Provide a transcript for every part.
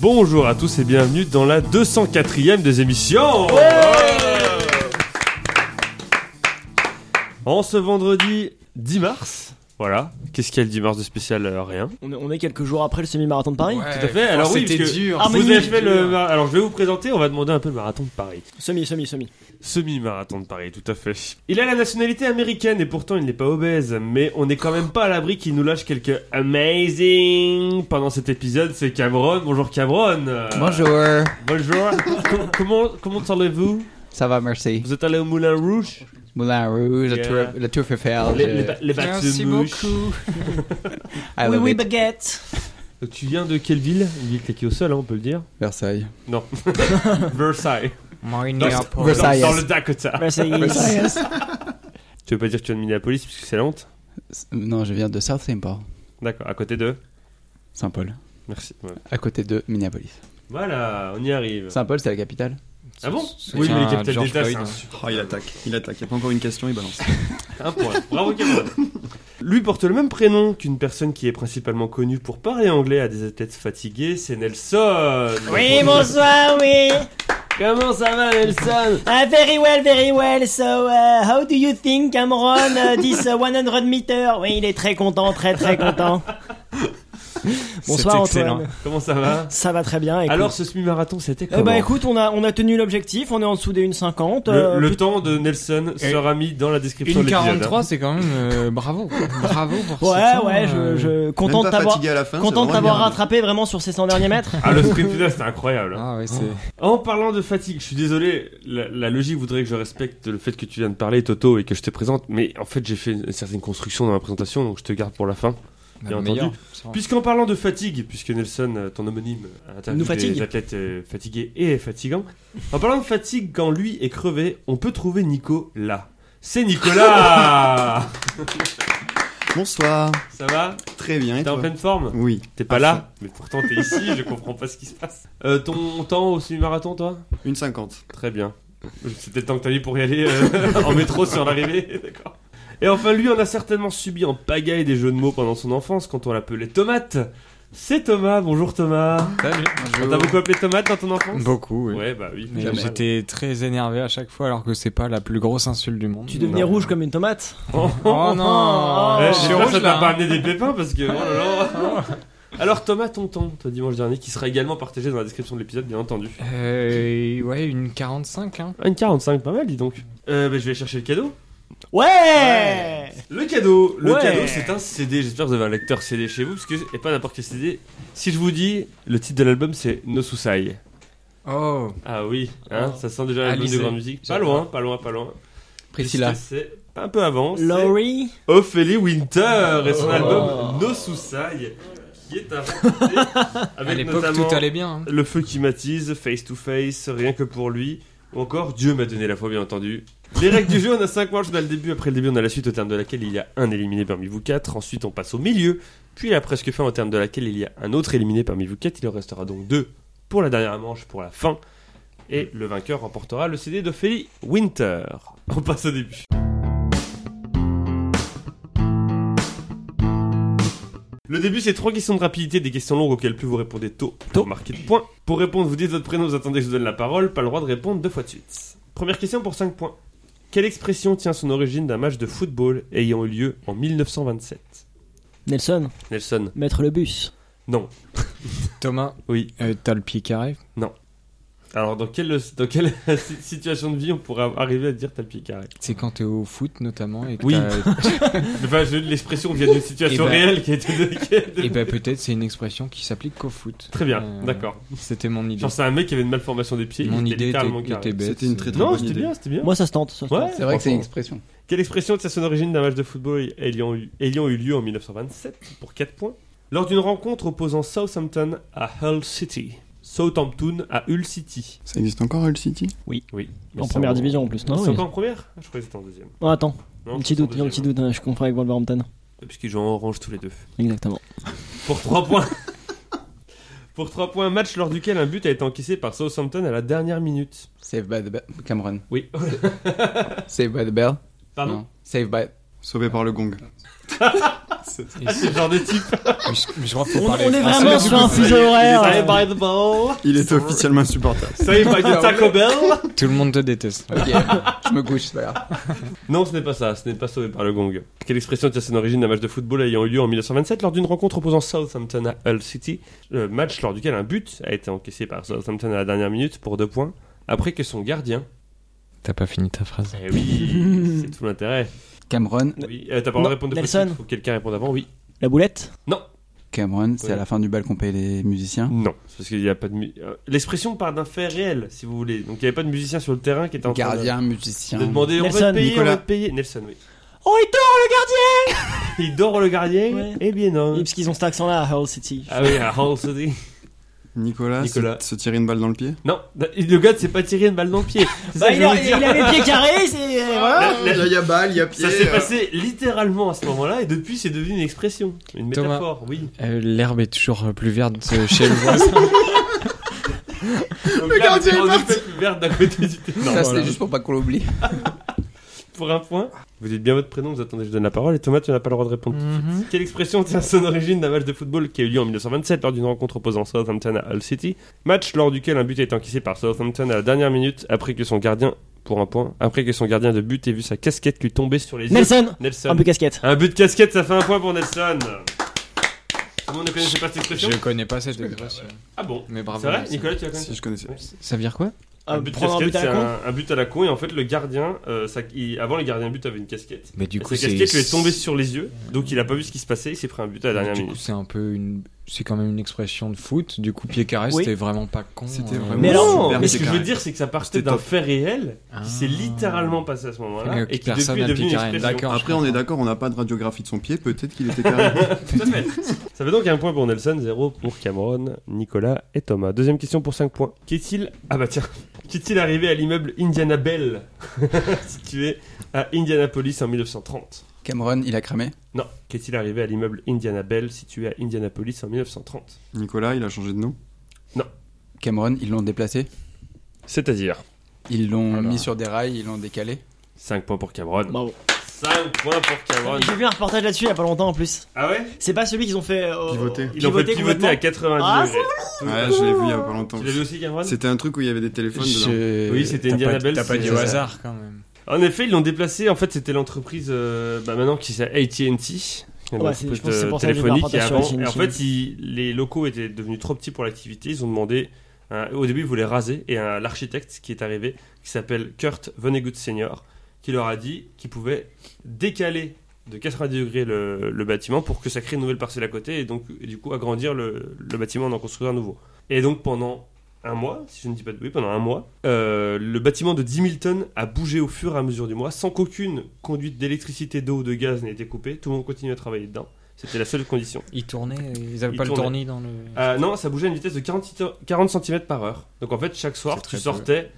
Bonjour à tous et bienvenue dans la 204e des émissions En ce vendredi 10 mars, voilà. Qu'est-ce qu'il y a le 10 mars de spécial euh, Rien. On est, on est quelques jours après le semi-marathon de Paris. Tout à fait. Alors oui, oh, c'était parce que dur. Ah, mais vous oui, avez fait dur. le mar- Alors je vais vous présenter, on va demander un peu le marathon de Paris. Semi, semi, semi. Semi-marathon de Paris, tout à fait. Il a la nationalité américaine et pourtant il n'est pas obèse, mais on n'est quand même pas à l'abri qu'il nous lâche quelques amazing pendant cet épisode. C'est Cameron. Bonjour Cameron. Euh, Bonjour, Bonjour. Com- comment comment allez-vous ça va, merci. Vous êtes allé au Moulin Rouge Moulin Rouge, Yeah. bah, la tour, la tour Eiffel. euh, Les, je- les, ba- les bateaux mouches. Ah, I love bah, it. baguette. Donc, Tu viens de quelle ville Une ville claquée au sol, hein, on peut le dire. Versailles. Non. Versailles. Dans, dans- Versailles. dans le Dakota. Versailles. Tu veux pas dire que tu viens de Minneapolis parce que c'est la honte S- Non, je viens de South St. Paul, D'accord, à côté de. Saint-Paul, Merci. Ouais. à côté de Minneapolis. Voilà, on y arrive. Saint-Paul, c'est la capitale. Ah bon C'est Oui, mais les un capitales George d'État, c'est Floyd. un- Oh, il attaque, il attaque. Il n'y a pas encore une question, il balance. un point. Bravo, Cameron. Lui porte le même prénom qu'une personne qui est principalement connue pour parler anglais à des athlètes fatigués, c'est Nelson. Oui, bonsoir, oui. Comment ça va, Nelson Ah, very well, very well. So, uh, how do you think, Cameron, uh, this uh, 100 meters Oui, il est très content, très très content. Bonsoir, C'est Antoine. excellent. Comment ça va Ça va très bien. écoute. Alors, ce semi-marathon, c'était Eh comment bah écoute, on a, on a tenu l'objectif, on est en dessous des 1,50. Le, euh, le plus- temps de Nelson Et- sera mis dans la description Une de l'épisode. hein. 43, c'est quand même euh, bravo. Bravo pour Ouais, ce temps, ouais, je, euh, je Même content de pas t'avoir fatigué à la fin. content de c'est t'avoir vraiment bien. rattrapé vraiment sur ces 100 derniers mètres. Ah, le sprint final, c'était incroyable. hein. Ah ouais, c'est. En parlant de fatigue, je suis désolé, la, la logique voudrait que je respecte le fait que tu viens de parler, Toto, et que je te présente, mais en fait, j'ai fait une certaine construction dans ma présentation, donc je te garde pour la fin. Bien la entendu. meilleure, ça. Puisqu'en parlant de fatigue, puisque Nelson, euh, ton homonyme, a interviewé Nous fatigue. des athlètes euh, fatigués et fatigants, en parlant de fatigue, quand lui est crevé, on peut trouver Nico là. C'est Nicolas Bonsoir, Ça va très bien. Et T'es en toi pleine forme Oui. T'es pas là, Ah, mais pourtant t'es ici, je comprends pas ce qui se passe. Euh, ton temps au semi-marathon, toi Une 50. Très bien. C'était le temps que t'as mis pour y aller euh, en métro sur l'arrivée, d'accord. Et enfin, lui, on a certainement subi en pagaille des jeux de mots pendant son enfance quand on l'appelait Tomate. C'est Thomas, bonjour Thomas. Salut. On t'a beaucoup appelé Tomate dans ton enfance Beaucoup, oui. Ouais, bah oui. Mais Jamais. J'étais très énervé à chaque fois alors que c'est pas la plus grosse insulte du monde. Tu devenais Non. rouge comme une tomate. Oh, Oh non eh, Je suis j'espère que rouge ça t'a là. pas amené des pépins parce que. oh là là. Alors, Thomas, ton temps, toi, dimanche dernier, qui sera également partagé dans la description de l'épisode, bien entendu. Euh, ouais, une 45, hein. Ah, Une 45, pas mal, dis donc. Euh, bah, je vais chercher le cadeau. Ouais, Le cadeau, le Ouais. cadeau, c'est un CD. J'espère que vous avez un lecteur CD chez vous, parce que et pas n'importe quel CD. Si je vous dis, le titre de l'album c'est No Susai. Oh, Ah oui, hein, Oh. ça sent déjà l'album de Alizé. grande musique. Pas J'adore. loin, pas loin, pas loin. Priscilla. Puisque C'est un peu avant. c'est Laurie. Ophélie Winter et son album No Susai, qui est un CD à avec l'époque notamment tout allait bien. hein. Le feu qui m'attise, Face to Face, Rien que pour lui, ou encore Dieu m'a donné la foi, bien entendu. Les règles du jeu, on a 5 matchs, on a le début, après le début, on a la suite, au terme de laquelle il y a un éliminé parmi vous 4, ensuite on passe au milieu, puis la presque fin, au terme de laquelle il y a un autre éliminé parmi vous 4, il en restera donc 2 pour la dernière manche, pour la fin, et le vainqueur remportera le CD d'Ophélie Winter. On passe au début. Le début, c'est trois questions de rapidité, des questions longues auxquelles plus vous répondez tôt, plus vous marquez de points. Pour répondre, vous dites votre prénom, vous attendez que je vous donne la parole, pas le droit de répondre deux fois de suite. Première question pour 5 points. Quelle expression tient son origine d'un match de football ayant eu lieu en 1927 Nelson, Nelson mettre le bus. Non. Thomas, Oui. euh, t'as le pied carré Alors, dans quelle, dans quelle si- situation de vie on pourrait arriver à dire t'as le pied carré C'est quand t'es au foot notamment et que Oui. t'as- Enfin, je- l'expression vient d'une situation Eh ben- réelle qui a été donnée. qui a été- Et bah peut-être c'est une expression qui s'applique qu'au foot. Très bien, Euh, d'accord. C'était mon idée. Genre, c'est un mec qui avait une malformation des pieds, Mon il idée littéralement était, carré. était bête. C'était une très, très Non, bonne c'était idée. bien, c'était bien. Moi, ça se tente. Ça se Ouais, C'est vrai que c'est une franchement. expression. Quelle expression tient son origine d'un match de football ayant eu, ayant eu lieu en 1927 pour 4 points Lors d'une rencontre opposant Southampton à Hull City. Southampton à Hull City. Ça existe encore, Hull City Oui. tente. En première division en plus, Non, non c'est oui. encore en première Je crois que c'était en deuxième. Oh, Attends, Ah Non, un petit c'est en doute, un petit deuxième. doute, hein, je comprends avec Wolverhampton. Puisqu'ils jouent en orange tous les deux. Exactement. Pour 3 points. Pour 3 points, match lors duquel un but a été encaissé par Southampton à la dernière minute. Save by the bell. Cameron. Oui. Save by the bell. Pardon Non. Save by. Sauvé par le gong. Ah, c'est le genre de type. Mais je, mais je crois qu'il On, faut parler on est français. vraiment sur un fuseau horaire. Il est euh, by the ball. Il est officiellement insupportable. Savez by the Taco Bell. Tout le monde te déteste. Ok, je me couche, c'est pas grave. Non, ce n'est pas ça. Ce n'est pas sauvé par le gong. Quelle expression tient son origine d'un match de football ayant eu lieu en 1927 lors d'une rencontre opposant Southampton à Hull City Le match lors duquel un but a été encaissé par Southampton à la dernière minute pour deux points après que son gardien. T'as pas fini ta phrase. Eh oui, c'est tout l'intérêt. Cameron, Oui, euh, t'as pas le droit de Non, répondre de Nelson. Il faut que quelqu'un réponde avant. Oui. La boulette Cameron, c'est à la fin du bal qu'on paye les musiciens. Non, c'est parce qu'il n'y a pas de. mu- euh, L'expression part d'un fait réel, si vous voulez. Donc il n'y avait pas de musicien sur le terrain qui était en train de- Gardien, de, musicien. demander on va Nelson, te payer, on va Nicolas. te payer. Nelson, oui. Oh, il Il dort le gardien Ouais. Eh bien non. Oui, parce qu'ils ont cet accent-là à Hull City. Ah oui, à Hull City. Nicolas, Nicolas. Se, se tirer une balle dans le pied Non, le gars ne s'est pas tiré une balle dans le pied. Ça, Bah, je il, vais a, vous dire. il a les pieds carrés, c'est. euh, voilà. Ah, là, il y a balle, il y a euh. Ça euh, s'est passé littéralement à ce moment-là et depuis c'est devenu une expression, une Thomas. métaphore, oui. Euh, L'herbe est toujours euh, plus verte euh, chez le voisin. Donc là, gardien on prend est parti. une plus verte d'un côté du terrain. Ça, Voilà. c'est juste pour pas qu'on l'oublie. Pour un point, vous dites bien votre prénom, vous attendez, je vous donne la parole et Thomas, tu n'as pas le droit de répondre. Mhm. Mm-hmm. Quelle expression tient son origine d'un match de football qui a eu lieu en 1927 lors d'une rencontre opposant Southampton à Hull City Match lors duquel un but a été encaissé par Southampton à la dernière minute après que son gardien, pour un point, après que son gardien de but ait vu sa casquette lui tomber sur les yeux. Nelson Nelson. Un peu casquette. Un but de casquette, ça fait un point pour Nelson. Tout le monde ne connaissait pas cette expression Je connais pas cette expression. Ah bon Mais bravo. C'est vrai Nelson. Nicolas, tu la connais Si je connaissais. Ça veut dire quoi Ah, Un but de Ah, prendre un casquette, but à c'est la con. un, un but à la con. Et en fait, le gardien, euh, ça- il- avant, le gardien but avait une casquette. Mais du Sa casquette lui est tombée sur les yeux, donc il a pas vu ce qui se passait, il s'est pris un but à la dernière Du coup, minute. c'est un peu une. C'est quand même une expression de foot. Du coup, pied carré, Oui. c'était vraiment pas con. C'était euh, vraiment Mais alors- non, super mais ce que je carré. veux dire, c'est que ça partait C'était d'un top. fait réel Ah. qui s'est littéralement passé à ce Mais, moment-là euh, et qui personne depuis est n'a devenu une piqué rien. expression. D'accord. Après, on est d'accord, on n'a pas de radiographie de son pied, peut-être qu'il était carré. Tout à fait. Ça fait donc un point pour Nelson, zéro pour Cameron, Nicolas et Thomas. Deuxième question pour 5 points. Qu'est-il. Ah bah tiens. Qu'est-il arrivé à l'immeuble Indiana Bell, situé à Indianapolis en 1930 Cameron, il a cramé. Non. Qu'est-il arrivé à l'immeuble Indiana Bell, situé à Indianapolis en 1930 Nicolas, il a changé de nom. Cameron, ils l'ont déplacé. C'est-à-dire Ils l'ont Voilà. mis sur des rails, ils l'ont décalé. 5 points pour Cameron. Bravo. 5 points pour Cameron. J'ai vu un reportage là-dessus il y a pas longtemps en plus. Ah ouais C'est pas celui qu'ils ont fait. euh, Pivoter. Ils l'ont fait pivoter complètement à 90 Ah, degrés. Ouais, je l'ai vu il y a pas longtemps. Tu l'as vu aussi, Cameron C'était un truc où il y avait des téléphones dedans. Je- Oui, c'était T'as Indiana pas- Bell. T'as pas c'est- dit c'est au ça. hasard quand même. En effet, ils l'ont déplacé. En fait, c'était l'entreprise euh, bah, maintenant qui s'appelle AT&T. une Ouais, entreprise c'est- je pense que c'est pour ça que j'ai vu la téléphonique et présentation avant. sur Et en LinkedIn. fait, ils- les locaux étaient devenus trop petits pour l'activité. Ils ont demandé. un- au début, ils voulaient raser. Et un- l'architecte qui est arrivé, qui s'appelle Kurt Vonnegut Senior, qui leur a dit qu'ils pouvaient décaler de 90 degrés le, le bâtiment pour que ça crée une nouvelle parcelle à côté et donc et du coup agrandir le, le bâtiment en en construisant un nouveau. Et donc pendant un mois, si je ne dis pas de oui, pendant un mois, euh, le bâtiment de 10 000 tonnes a bougé au fur et à mesure du mois sans qu'aucune conduite d'électricité, d'eau ou de gaz n'ait été coupée. Tout le monde continuait à travailler dedans. C'était la seule condition. Ils tournaient, ils avaient Ils pas tournaient. le tournis dans le. Euh, non, ça bougeait à une vitesse de 40, to- 40 cm par heure. Donc en fait, chaque soir, C'est tu très sortais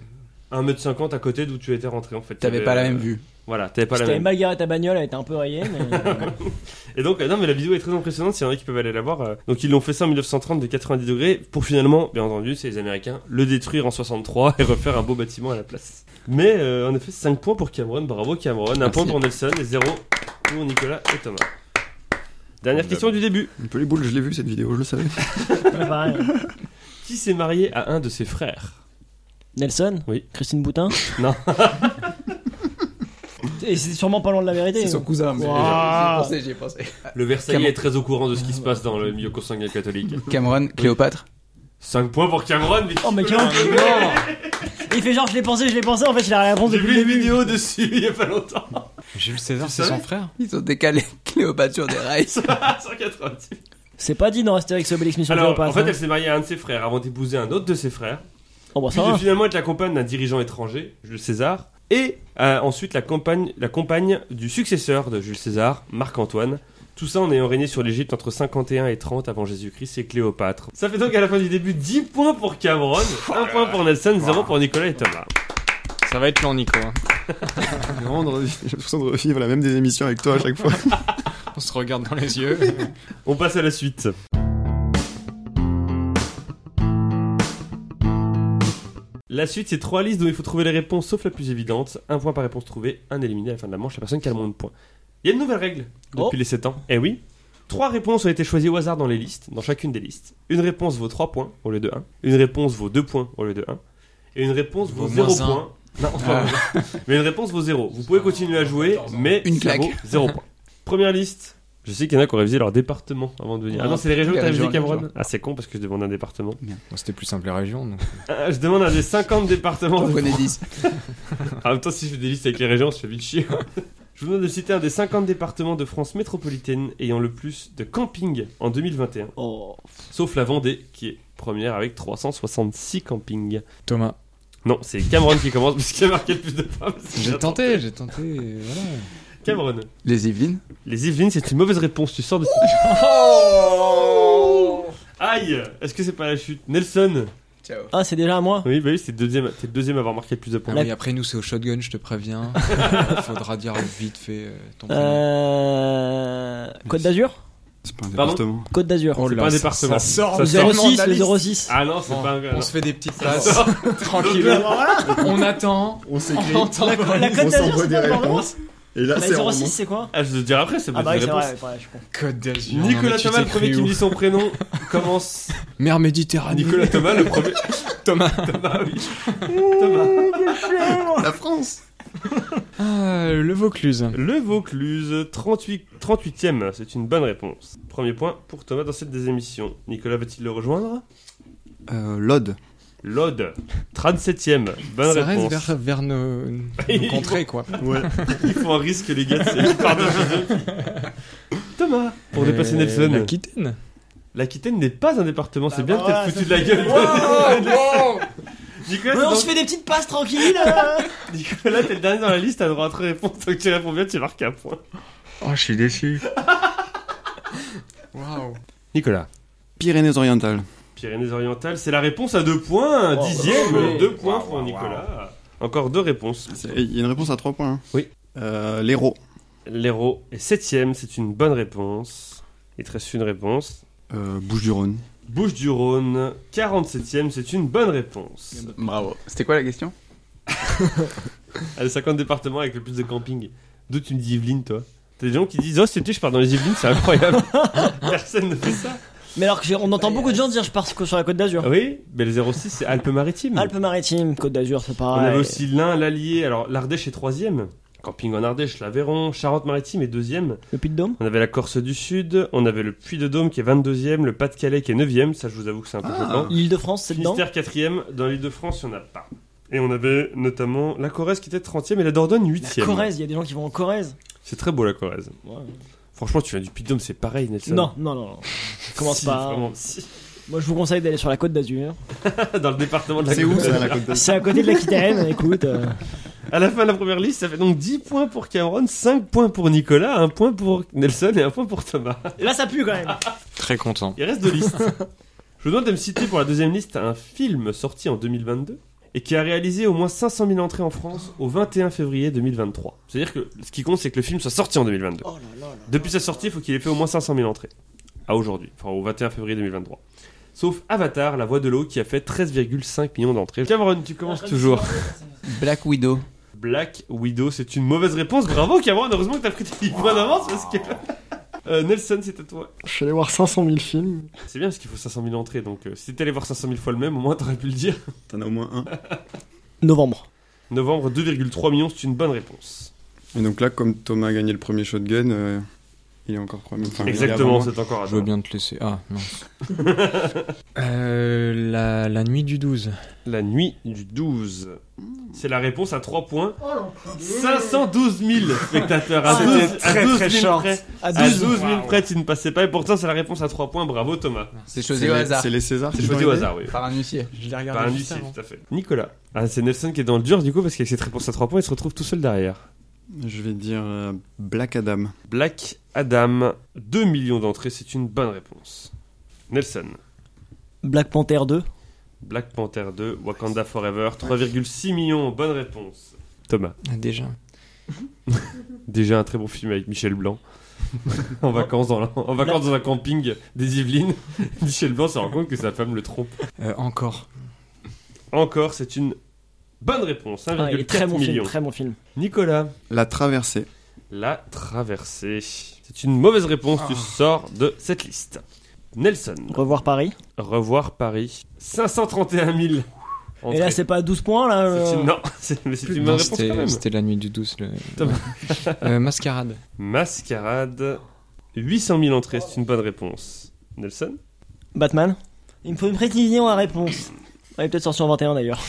1m50 à côté d'où tu étais rentré en fait. T'avais pas la euh, même vue. Voilà, t'avais pas Si la t'avais même. mal garé ta bagnole, elle était un peu rayée. Mais... Et donc, euh, non, mais la vidéo est très impressionnante. S'il y en a qui peuvent aller la voir. euh, donc, ils l'ont fait ça en 1930 de 90 degrés pour finalement, bien entendu, c'est les Américains, le détruire en 63 et refaire un beau bâtiment à la place. Mais euh, en effet, 5 points pour Cameron. Bravo, Cameron. 1 Merci. point pour Nelson et 0 pour Nicolas et Thomas. Dernière question du début. Un peu les boules, je l'ai vu cette vidéo, je le savais. Pareil. Qui s'est marié à un de ses frères Nelson Oui. Christine Boutin Non. Et c'est sûrement pas loin de la vérité. C'est son cousin, mais Waouh. j'ai j'ai pensé, j'ai pensé. Le Versaillais Cameron. est très au courant de ce qui se passe dans le milieu consanguin catholique. Cameron, Cléopâtre. 5 points pour Cameron. Mais Oh, mais qui- Cameron, il est mort. Il fait genre, je l'ai pensé, je l'ai pensé, en fait, il a la réponse J'ai depuis le vu une début. vidéo dessus il y a pas longtemps. Jules César, Tu c'est son savais frère Ils ont décalé Cléopâtre sur des rails. 190. C'est pas dit dans Astérix Obélix Mission Alors, Cléopâtre, en fait, hein. elle s'est mariée à un de ses frères avant d'épouser un autre de ses frères, Oh, bah, puis ça de va. finalement être la compagne d'un dirigeant étranger, Jules César, et euh, ensuite la compagne, la compagne du successeur de Jules César, Marc-Antoine. Tout ça en ayant régné sur l'Égypte entre 51 et 30 avant Jésus-Christ et Cléopâtre. Ça fait donc à la fin du début 10 points pour Cameron, Oh 1 point pour Nelson, 0 pour Nicolas et Thomas. Ça va être long, Nico. hein. J'ai vraiment de revi- j'ai l'impression de revivre la même des émissions avec toi à chaque fois. On se regarde dans les yeux. On passe à la suite. La suite, c'est trois listes dont il faut trouver les réponses, sauf la plus évidente. Un point par réponse trouvée, un éliminé à la fin de la manche, la personne qui a le moins de points. Il y a une nouvelle règle depuis Oh. les 7 ans. Eh oui, Trois réponses ont été choisies au hasard dans les listes, dans chacune des listes. Une réponse vaut 3 points au lieu de 1. Une réponse vaut 2 points au lieu de 1. Et une réponse vaut Vaut 0 moins un. points. Non, c'est pas vrai. mais une réponse vaut 0. Vous pouvez continuer à jouer, mais Une ça claque. vaut 0 points. Première liste. Je sais qu'il y en a qui ont révisé leur département avant de venir. Ah non, c'est les régions Les que t'as régions, révisé, les Cameron. Ah, c'est con parce que je demande un département. Bon, C'était plus simple les régions. donc. Ah, je demande un des 50 départements. On de Ah, connaît 10. En même temps, si je fais des listes avec les régions, je fais vite chier. Je vous demande de citer un des 50 départements de France métropolitaine ayant le plus de camping en 2021. Oh. Sauf la Vendée, qui est première avec 366 campings. Thomas, Non, c'est Cameron qui commence, parce qu'il a marqué le plus de points. j'ai tenté, j'ai tenté. et Voilà. Cameron. Les Yvelines Les Yvelines, c'est une mauvaise réponse, tu sors de... Aïe Est-ce que c'est pas la chute Nelson Ciao. Ah, c'est déjà à moi Oui, bah oui, c'est le deuxième, t'es le deuxième à avoir marqué le plus de Ah points. La- oui, après nous c'est au shotgun, je te préviens. Faudra dire vite fait euh, ton prénom. Euh... Côte d'Azur C'est pas un Pardon département. Côte d'Azur. Oh c'est là, pas un ça- département. Ça sort. Ça Le sort. 06, le Journaliste. 06. Ah non, c'est Bon, pas un gars. on non. se fait des petites Ça passes. sort. Tranquille. on attend. On s'est On entend. La Côte On d'Azur, s'envoie c'est des pas le Bah, réponses. Et là, c'est La en 06, c'est quoi Ah, je vais te dire après, c'est pas Ah bah oui, une c'est réponse. vrai, ouais, je comprends. Côte d'Azur. Non, mais Nicolas tu Thomas, le t'es premier pris qui où me dit son prénom, commence. Mer Méditerranée. Bah, Nicolas Thomas, le premier. Thomas. Thomas, oui. Thomas. La France Ah, le Vaucluse. Le Vaucluse, 38, 38ème, c'est une bonne réponse. Premier point pour Thomas dans cette désémission. Nicolas va-t-il le rejoindre euh, L'Aude. Lode, 37ème, bonne ça réponse. reste vers, vers nos, nos Il contrées quoi. Ouais. Il faut un risque, les gars, c'est une part de jeu. Thomas, pour dépasser Euh, Nelson. L'Aquitaine. L'Aquitaine n'est pas un département, c'est Bah bien peut-être bah voilà, foutu ça de la gueule. Nicolas, Mais c'est on dans- se fait des petites passes tranquilles euh. Nicolas, t'es le dernier dans la liste, t'as droit à 3 réponses. Donc tu réponds bien, tu marques un point. Oh, je suis déçu. Waouh. Nicolas. Pyrénées-Orientales. Pyrénées-Orientales, c'est la réponse à deux points, un Oh, dixième, oh, deux points pour Nicolas. Encore deux réponses. C'est- Il y a une réponse à 3 points. hein. Oui. Euh, L'Hérault. L'Hérault est septième, c'est une bonne réponse. Il te reste une réponse. Euh, Bouches-du-Rhône. Bouche du Rhône, 47ème, c'est une bonne réponse. Bravo. C'était quoi la question À les 50 départements avec le plus de camping. D'où tu me dis Yvelines, toi T'as des gens qui disent Oh, c'était je pars dans les Yvelines, c'est incroyable. Personne ne fait ça. Mais alors que j'ai- on entend beaucoup de gens dire je pars sur la Côte d'Azur. Oui, mais le 06, c'est Alpes-Maritimes. Alpes-Maritimes, Côte d'Azur, c'est On pareil. avait aussi l'un, l'Allier. Alors, l'Ardèche est troisième. Camping en Ardèche, l'Aveyron, Charente-Maritime est deuxième. Le Puy-de-Dôme On avait la Corse du Sud, on avait le Puy-de-Dôme qui est 22e, le Pas-de-Calais qui est 9e, ça je vous avoue que c'est un peu Ah. choquant. L'Île-de-France, c'est dedans Finistère 4e, dans l'île de France, il n'y en a pas. Et on avait notamment la Corrèze qui était 30e et la Dordogne 8e. Corrèze, il y a des gens qui vont en Corrèze. C'est très beau la Corrèze. Franchement, tu viens du Puy-de-Dôme, c'est pareil, Nelson. Non, non, non, non. Commence Si, pas. vraiment, si. Moi, je vous conseille d'aller sur la Côte d'Azur. Dans le département de la C'est où Corrèze. ça, la Côte d'Azur C'est à côté de l'Aquitaine, écoute. euh, À la fin de la première liste, ça fait donc 10 points pour Cameron, 5 points pour Nicolas, 1 point pour Nelson et 1 point pour Thomas. Et là, ça pue quand même. Très content. Il reste deux listes. Je vous demande de me citer pour la deuxième liste un film sorti en 2022 et qui a réalisé au moins 500 000 entrées en France au 21 février 2023. C'est-à-dire que ce qui compte, c'est que le film soit sorti en 2022. Oh là là là. Depuis sa sortie, il faut qu'il ait fait au moins 500 000 entrées. À aujourd'hui, enfin au 21 février 2023. Sauf Avatar, la voix de l'eau, qui a fait 13,5 millions d'entrées. Cameron, tu commences toujours. Black Widow. Black Widow, c'est une mauvaise réponse. Bravo Cameron, heureusement que t'as pris tes 10 points d'avance parce que... Euh, Nelson, c'est à toi. Je suis allé voir 500 000 films. C'est bien parce qu'il faut 500 000 entrées, donc euh, si t'es allé voir 500 000 fois le même, au moins t'aurais pu le dire. T'en as au moins un. Novembre. Novembre, 2,3 millions, c'est une bonne réponse. Et donc là, comme Thomas a gagné le premier shotgun, euh, il est encore premier. Enfin, il est Exactement, avant moi. c'est encore à Je veux toi. bien te laisser. Ah, non. Euh, la, la nuit du 12. La nuit du 12. C'est la réponse à 3 points. Oh, 512 000 spectateurs à Ah, 12, c'était à très, 12 très 000 short. près. À À 12. 12 000 près, tu ne passais pas. Et pourtant, c'est la réponse à 3 points. Bravo Thomas. Ah, C'est C'est choisi les- au hasard. C'est les Césars C'est qui choisi l'ont au aidé hasard, oui. Par un huissier. Je l'ai Par un huissier, tout à fait. Nicolas. Ah, c'est Nelson qui est dans le dur, du coup, parce qu'avec cette réponse à 3 points, il se retrouve tout seul derrière. Je vais dire euh, Black Adam. Black Adam, 2 millions d'entrées, c'est une bonne réponse. Nelson. Black Panther 2. Black Panther 2, Wakanda Forever, 3,6 millions, bonne réponse. Thomas. Ah, Déjà. Déjà un très bon film avec Michel Blanc. en vacances, dans, la- en vacances dans un camping des Yvelines. Michel Blanc se rend compte que sa femme le trompe. Euh, encore. Encore, c'est une bonne réponse, Ah, il est 1,4 très bon million. film, très bon film. Nicolas, La traversée. La traversée. C'est une mauvaise réponse, Ah. tu sors de cette liste. Nelson, Revoir Paris. revoir Paris. 531 000. Et là, entrées. c'est pas 12 points, là. C'est euh, une- Non, c'est mais c'est une bonne Non, réponse quand C'était même. c'était la nuit du 12. le- Tom. Euh, mascarade. Mascarade. 800 000 entrées, c'est une bonne réponse. Nelson Batman. Il me faut une précision à réponse. On est peut-être sorti en 21 d'ailleurs.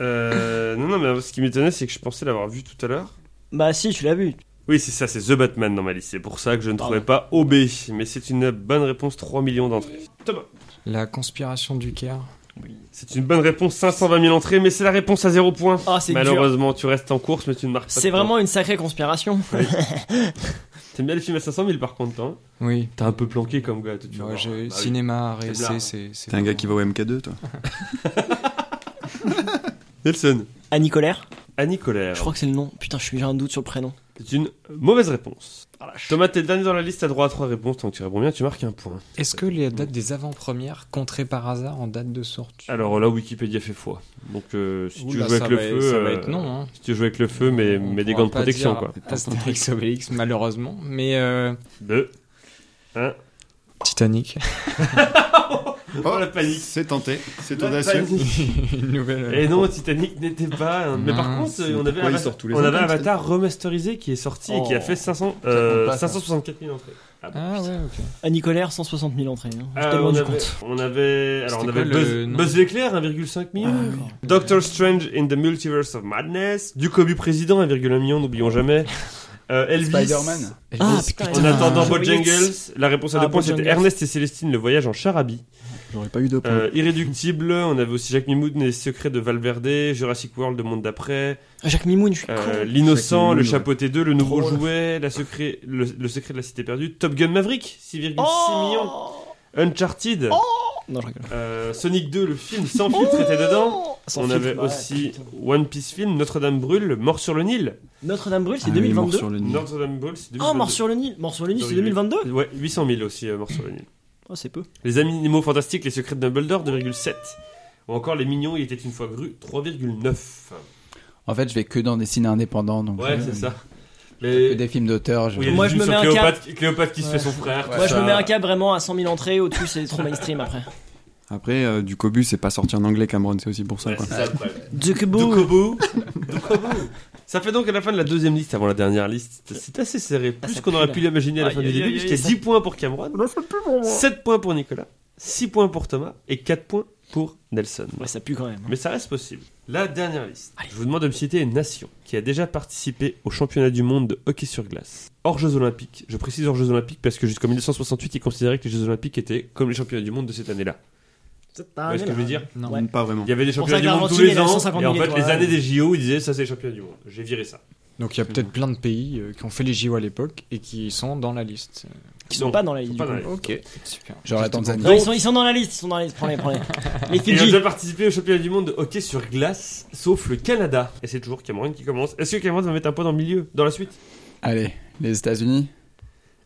Euh, Non, non, mais ce qui m'étonnait, c'est que je pensais l'avoir vu tout à l'heure. Bah si, tu l'as vu. Oui, c'est ça, c'est The Batman dans ma liste. C'est pour ça que je ne Pardon. trouvais pas OB. Mais c'est une bonne réponse, 3 millions d'entrées. Thomas La conspiration du Caire. C'est une bonne réponse, 520 000 entrées, mais c'est la réponse à 0 points. Ah, c'est dur. Malheureusement, tu restes en course, mais tu ne marques pas. de C'est points. vraiment une sacrée conspiration. T'aimes bien les films à 500 000 par contre, hein Oui. T'as un peu planqué comme gars, tu Moi, vois. j'ai- Bah oui. cinéma, C'est RSC, bizarre. c'est. c'est T'es un gars vraiment- qui va au MK2, toi Nelson. Annie Colère. Annie Colère. Je crois que c'est le nom. Putain, je suis- j'ai un doute sur le prénom. C'est une mauvaise réponse. Ah, Thomas, t'es le dernier dans la liste, t'as droit à 3 réponses, tant que tu réponds bien, tu marques un point. Est-ce que les dates des avant-premières compteraient par hasard en date de sortie Alors là, Wikipédia fait foi. Donc euh, Ah, si tu Oula, joues avec ça le va- feu. ça va euh, être non. hein. Si tu joues avec le feu, mais, On mais des pourra gants de pas protection, dire quoi. Astérix Obélix, malheureusement. Mais euh, Deux. Titanic, Oh, la panique. C'est tenté, c'est La audacieux. panique. une nouvelle. euh, Et Eh non, Titanic n'était pas. un- Mais par Mince, contre, euh, on avait, pourquoi il Avatar- sort tous les on ans avait comme ça Avatar remasterisé qui est sorti et qui a Oh. fait 500, euh, compte pas, ça. 564 000 entrées. Ah ouais, ok. Annie Colère, 160 000 entrées. hein. Je suis Euh, tellement on, du avait, compte. on avait, alors on C'était avait quoi le Buzz, nom Ah, Buzz l'éclair, 1,5 million. Doctor Strange in the Multiverse of Madness. Ducobu président, 1,1 million, n'oublions jamais. Euh, Elvis. Spider-Man. Ah, Elvis, putain, En attendant Ah, Bojangles, la réponse à Ah, deux points c'était Bojangles. Ernest et Célestine, le voyage en charabie. J'aurais pas eu Mm. de points. Euh, Irréductible, on avait aussi Jacques Mimoun et les secrets de Valverde, Jurassic World, le monde d'après, Ah, Jacques Mimoun, je suis con. euh, l'innocent, Jacques le Mimoun, chapeauté 2, le nouveau Drôle. jouet, la secret, le, le secret de la cité perdue, Top Gun Maverick, 6,6 millions, Oh Uncharted, Non, je rigole. Ah, euh, Sonic 2, le film sans Oh filtre était dedans. On avait aussi One Piece Film, Notre-Dame brûle, Mort sur le Nil. Notre-Dame brûle, c'est Ah oui, mort 2022. sur le nid. Notre-Dame brûle, c'est Ah, 2022. Mort sur le Nil. Mort sur le Nil, c'est Oui, oui. 2022 Ouais, 800 000 aussi, euh, Mort sur le Nil. Oh, c'est peu. Les animaux fantastiques, les secrets de Dumbledore, 2,7. Ou encore Les Mignons, il était une fois gru, 3,9. En fait, je vais que dans des cinémas indépendants. Donc, Ouais, euh, c'est ça. Que Mais des films d'auteur. je- oui, Moi, moi, je je me mets un Cléopâtre, Cléopâtre qui se Ouais. fait son frère. Moi, je ça. me mets un cap vraiment à 100 000 entrées. Au-dessus, c'est trop mainstream après. Après, euh, du Cobu, c'est pas sorti en anglais, Cameron, c'est aussi pour ça. Ouais, quoi. c'est ça le problème. Dukubu. Dukobu. Dukobu. Ça fait donc à la fin de la deuxième liste avant la dernière liste. C'est assez serré. Plus Ah, ça qu'on pue, aurait là. pu l'imaginer à la Aïe, fin du aïe, début, aïe, puisqu'il y a ça 10 points pour Cameron, On en fait plus pour moi. 7 points pour Nicolas, 6 points pour Thomas et 4 points pour Nelson. Ouais, ça pue quand même. Mais ça reste possible. La dernière liste. Je vous demande de me citer une nation qui a déjà participé au championnat du monde de hockey sur glace. Hors Jeux Olympiques. Je précise hors Jeux Olympiques parce que jusqu'en 1968, ils considéraient que les Jeux Olympiques étaient comme les championnats du monde de cette année-là. Vous voyez ce que je veux dire Ah, Non. Ouais. Ah, Pas vraiment. Il y avait des pour championnats ça du que monde tous l'Argentine, les elle a ans. 150 Et en 000 fait, les étoiles. années des JO, ils disaient ça, c'est les championnats du monde. J'ai viré ça. Donc il y a peut-être plein de pays euh, qui ont fait les JO à l'époque et qui sont dans la liste. Qui sont Non, pas dans la liste. Ils sont du pas coup. dans les- Ok, super. Genre la Tanzanie. Non, ils sont, ils sont dans la liste, ils sont dans la liste, prends-les, prends-les. Les Ils ont Fidji. déjà participé au championnat du monde de hockey sur glace, sauf le Canada. Et c'est toujours Cameron qui commence. Est-ce que Cameron va mettre un point dans le milieu, dans la suite Allez, les États-Unis.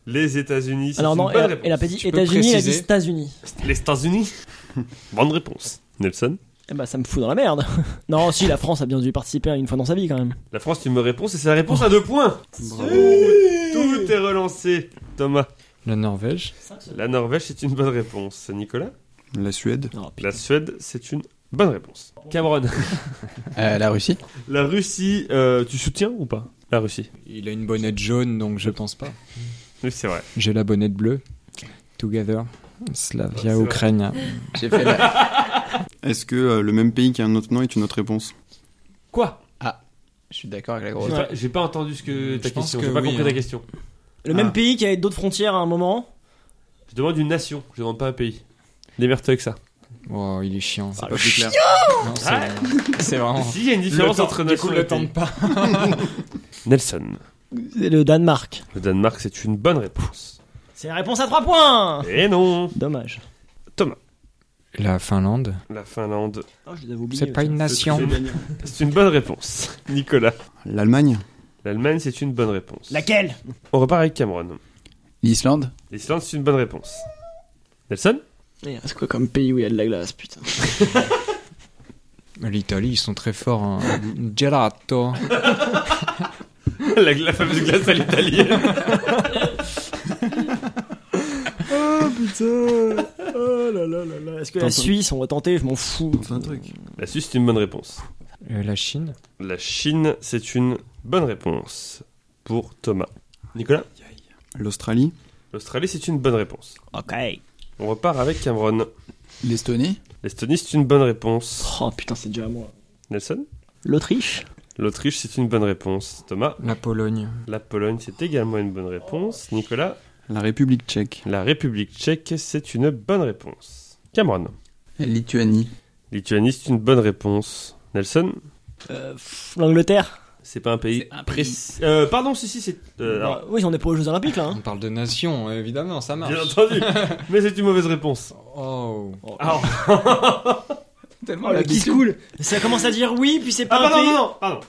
Les États-Unis. c'est Alors une non, bonne elle, réponse. elle a pas dit Tu peux États-Unis, elle a dit préciser. États-Unis. Les États-Unis Bonne réponse. Nelson Eh bah, ça me fout dans la merde. non, si, la France a bien dû participer une fois dans sa vie quand même. La France, tu me réponds, et c'est la réponse à deux points. Bravo. Tout est relancé, Thomas. La Norvège. La Norvège, c'est une bonne réponse. Nicolas La Suède, Non, La Suède, c'est une bonne réponse. Cameron Euh, la Russie. La Russie, euh, tu soutiens ou pas La Russie. Il a une bonnette jaune, donc je pense pas. Oui, c'est vrai. J'ai la bonnette bleue. Together. C'est Slavia, vrai. Ukraine. J'ai fait la... est-ce que euh, le même pays qui a un autre nom est une autre réponse Quoi Je suis d'accord avec la J'ai grosse. pas- J'ai pas entendu ce que ta Je pense question. que J'ai pas oui, compris hein. ta question. Le Ah. même pays qui avait d'autres frontières à un moment. Je demande une nation, je demande pas un pays. Démerde-toi avec ça. Oh, il est chiant. Ah, Pas plus clair. Non, c'est c'est vraiment. Si, il y a une Ah. différence Le temps- entre du nation coup, et le temps de pays. pas. Nelson. C'est le Danemark. Le Danemark, c'est une bonne réponse. C'est la réponse à 3 points Et non Dommage. La Finlande. La Finlande, Oh, je les avais oubliés. C'est pas une nation. c'est une bonne réponse. Nicolas. L'Allemagne L'Allemagne, c'est une bonne réponse. Laquelle On repart avec Cameron. L'Islande. L'Islande, c'est une bonne réponse. Nelson C'est quoi comme pays où il y a de la glace, putain L'Italie, ils sont très forts. hein. Gelato. la, la fameuse glace à l'italienne. Oh putain Oh là là là là Est-ce que la Suisse, on va tenter, je m'en fous. C'est un truc. La Suisse, c'est une bonne réponse. Euh, la Chine La Chine, c'est une bonne réponse pour Thomas. Nicolas L'Australie. L'Australie, c'est une bonne réponse. Ok. On repart avec Cameron. L'Estonie L'Estonie, c'est une bonne réponse. Oh putain, c'est déjà à moi. Nelson L'Autriche L'Autriche, c'est une bonne réponse. Thomas La Pologne La Pologne, c'est également une bonne réponse. Nicolas La République tchèque. La République tchèque, c'est une bonne réponse. Cameron Lituanie. Lituanie, c'est une bonne réponse. Nelson Euh, pff, L'Angleterre C'est pas un pays. C'est un précis. Euh, pardon, si, si, c'est. euh, alors, Bah, Oui, on n'est pas aux Jeux Olympiques là. hein. On parle de nation, évidemment, ça marche. bien entendu, mais c'est une mauvaise réponse. Oh Alors, Tellement Oh, le qui se coule Ça commence à dire oui, puis c'est ah, pas un pardon, pays. non, non, pardon.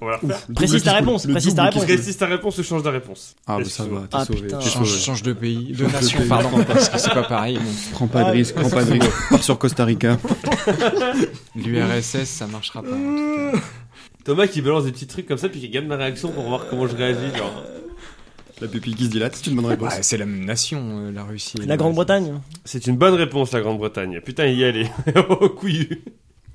On va la refaire. Précise ta réponse, précise ta réponse. Résiste ta réponse, change de réponse. Ah, bah, ça va, t'es Ah, sauvé. putain. T'es Je change, sauvé. change de pays, de Change de nation, pays. pardon, parce que c'est pas pareil. Prends pas de Ah, risque, ouais. prends pas de risque. Pars sur Costa Rica. L'URSS, ça marchera pas. en tout cas. Thomas qui balance des petits trucs comme ça, puis qui gagne ma réaction pour voir comment je réagis. Genre. La pupille qui se dilate, c'est une bonne réponse. Bah, c'est la même nation, euh, la Russie. et Mmh. La l'URSS. Grande-Bretagne C'est une bonne réponse, la Grande-Bretagne. Putain, il y allait. Au couillu.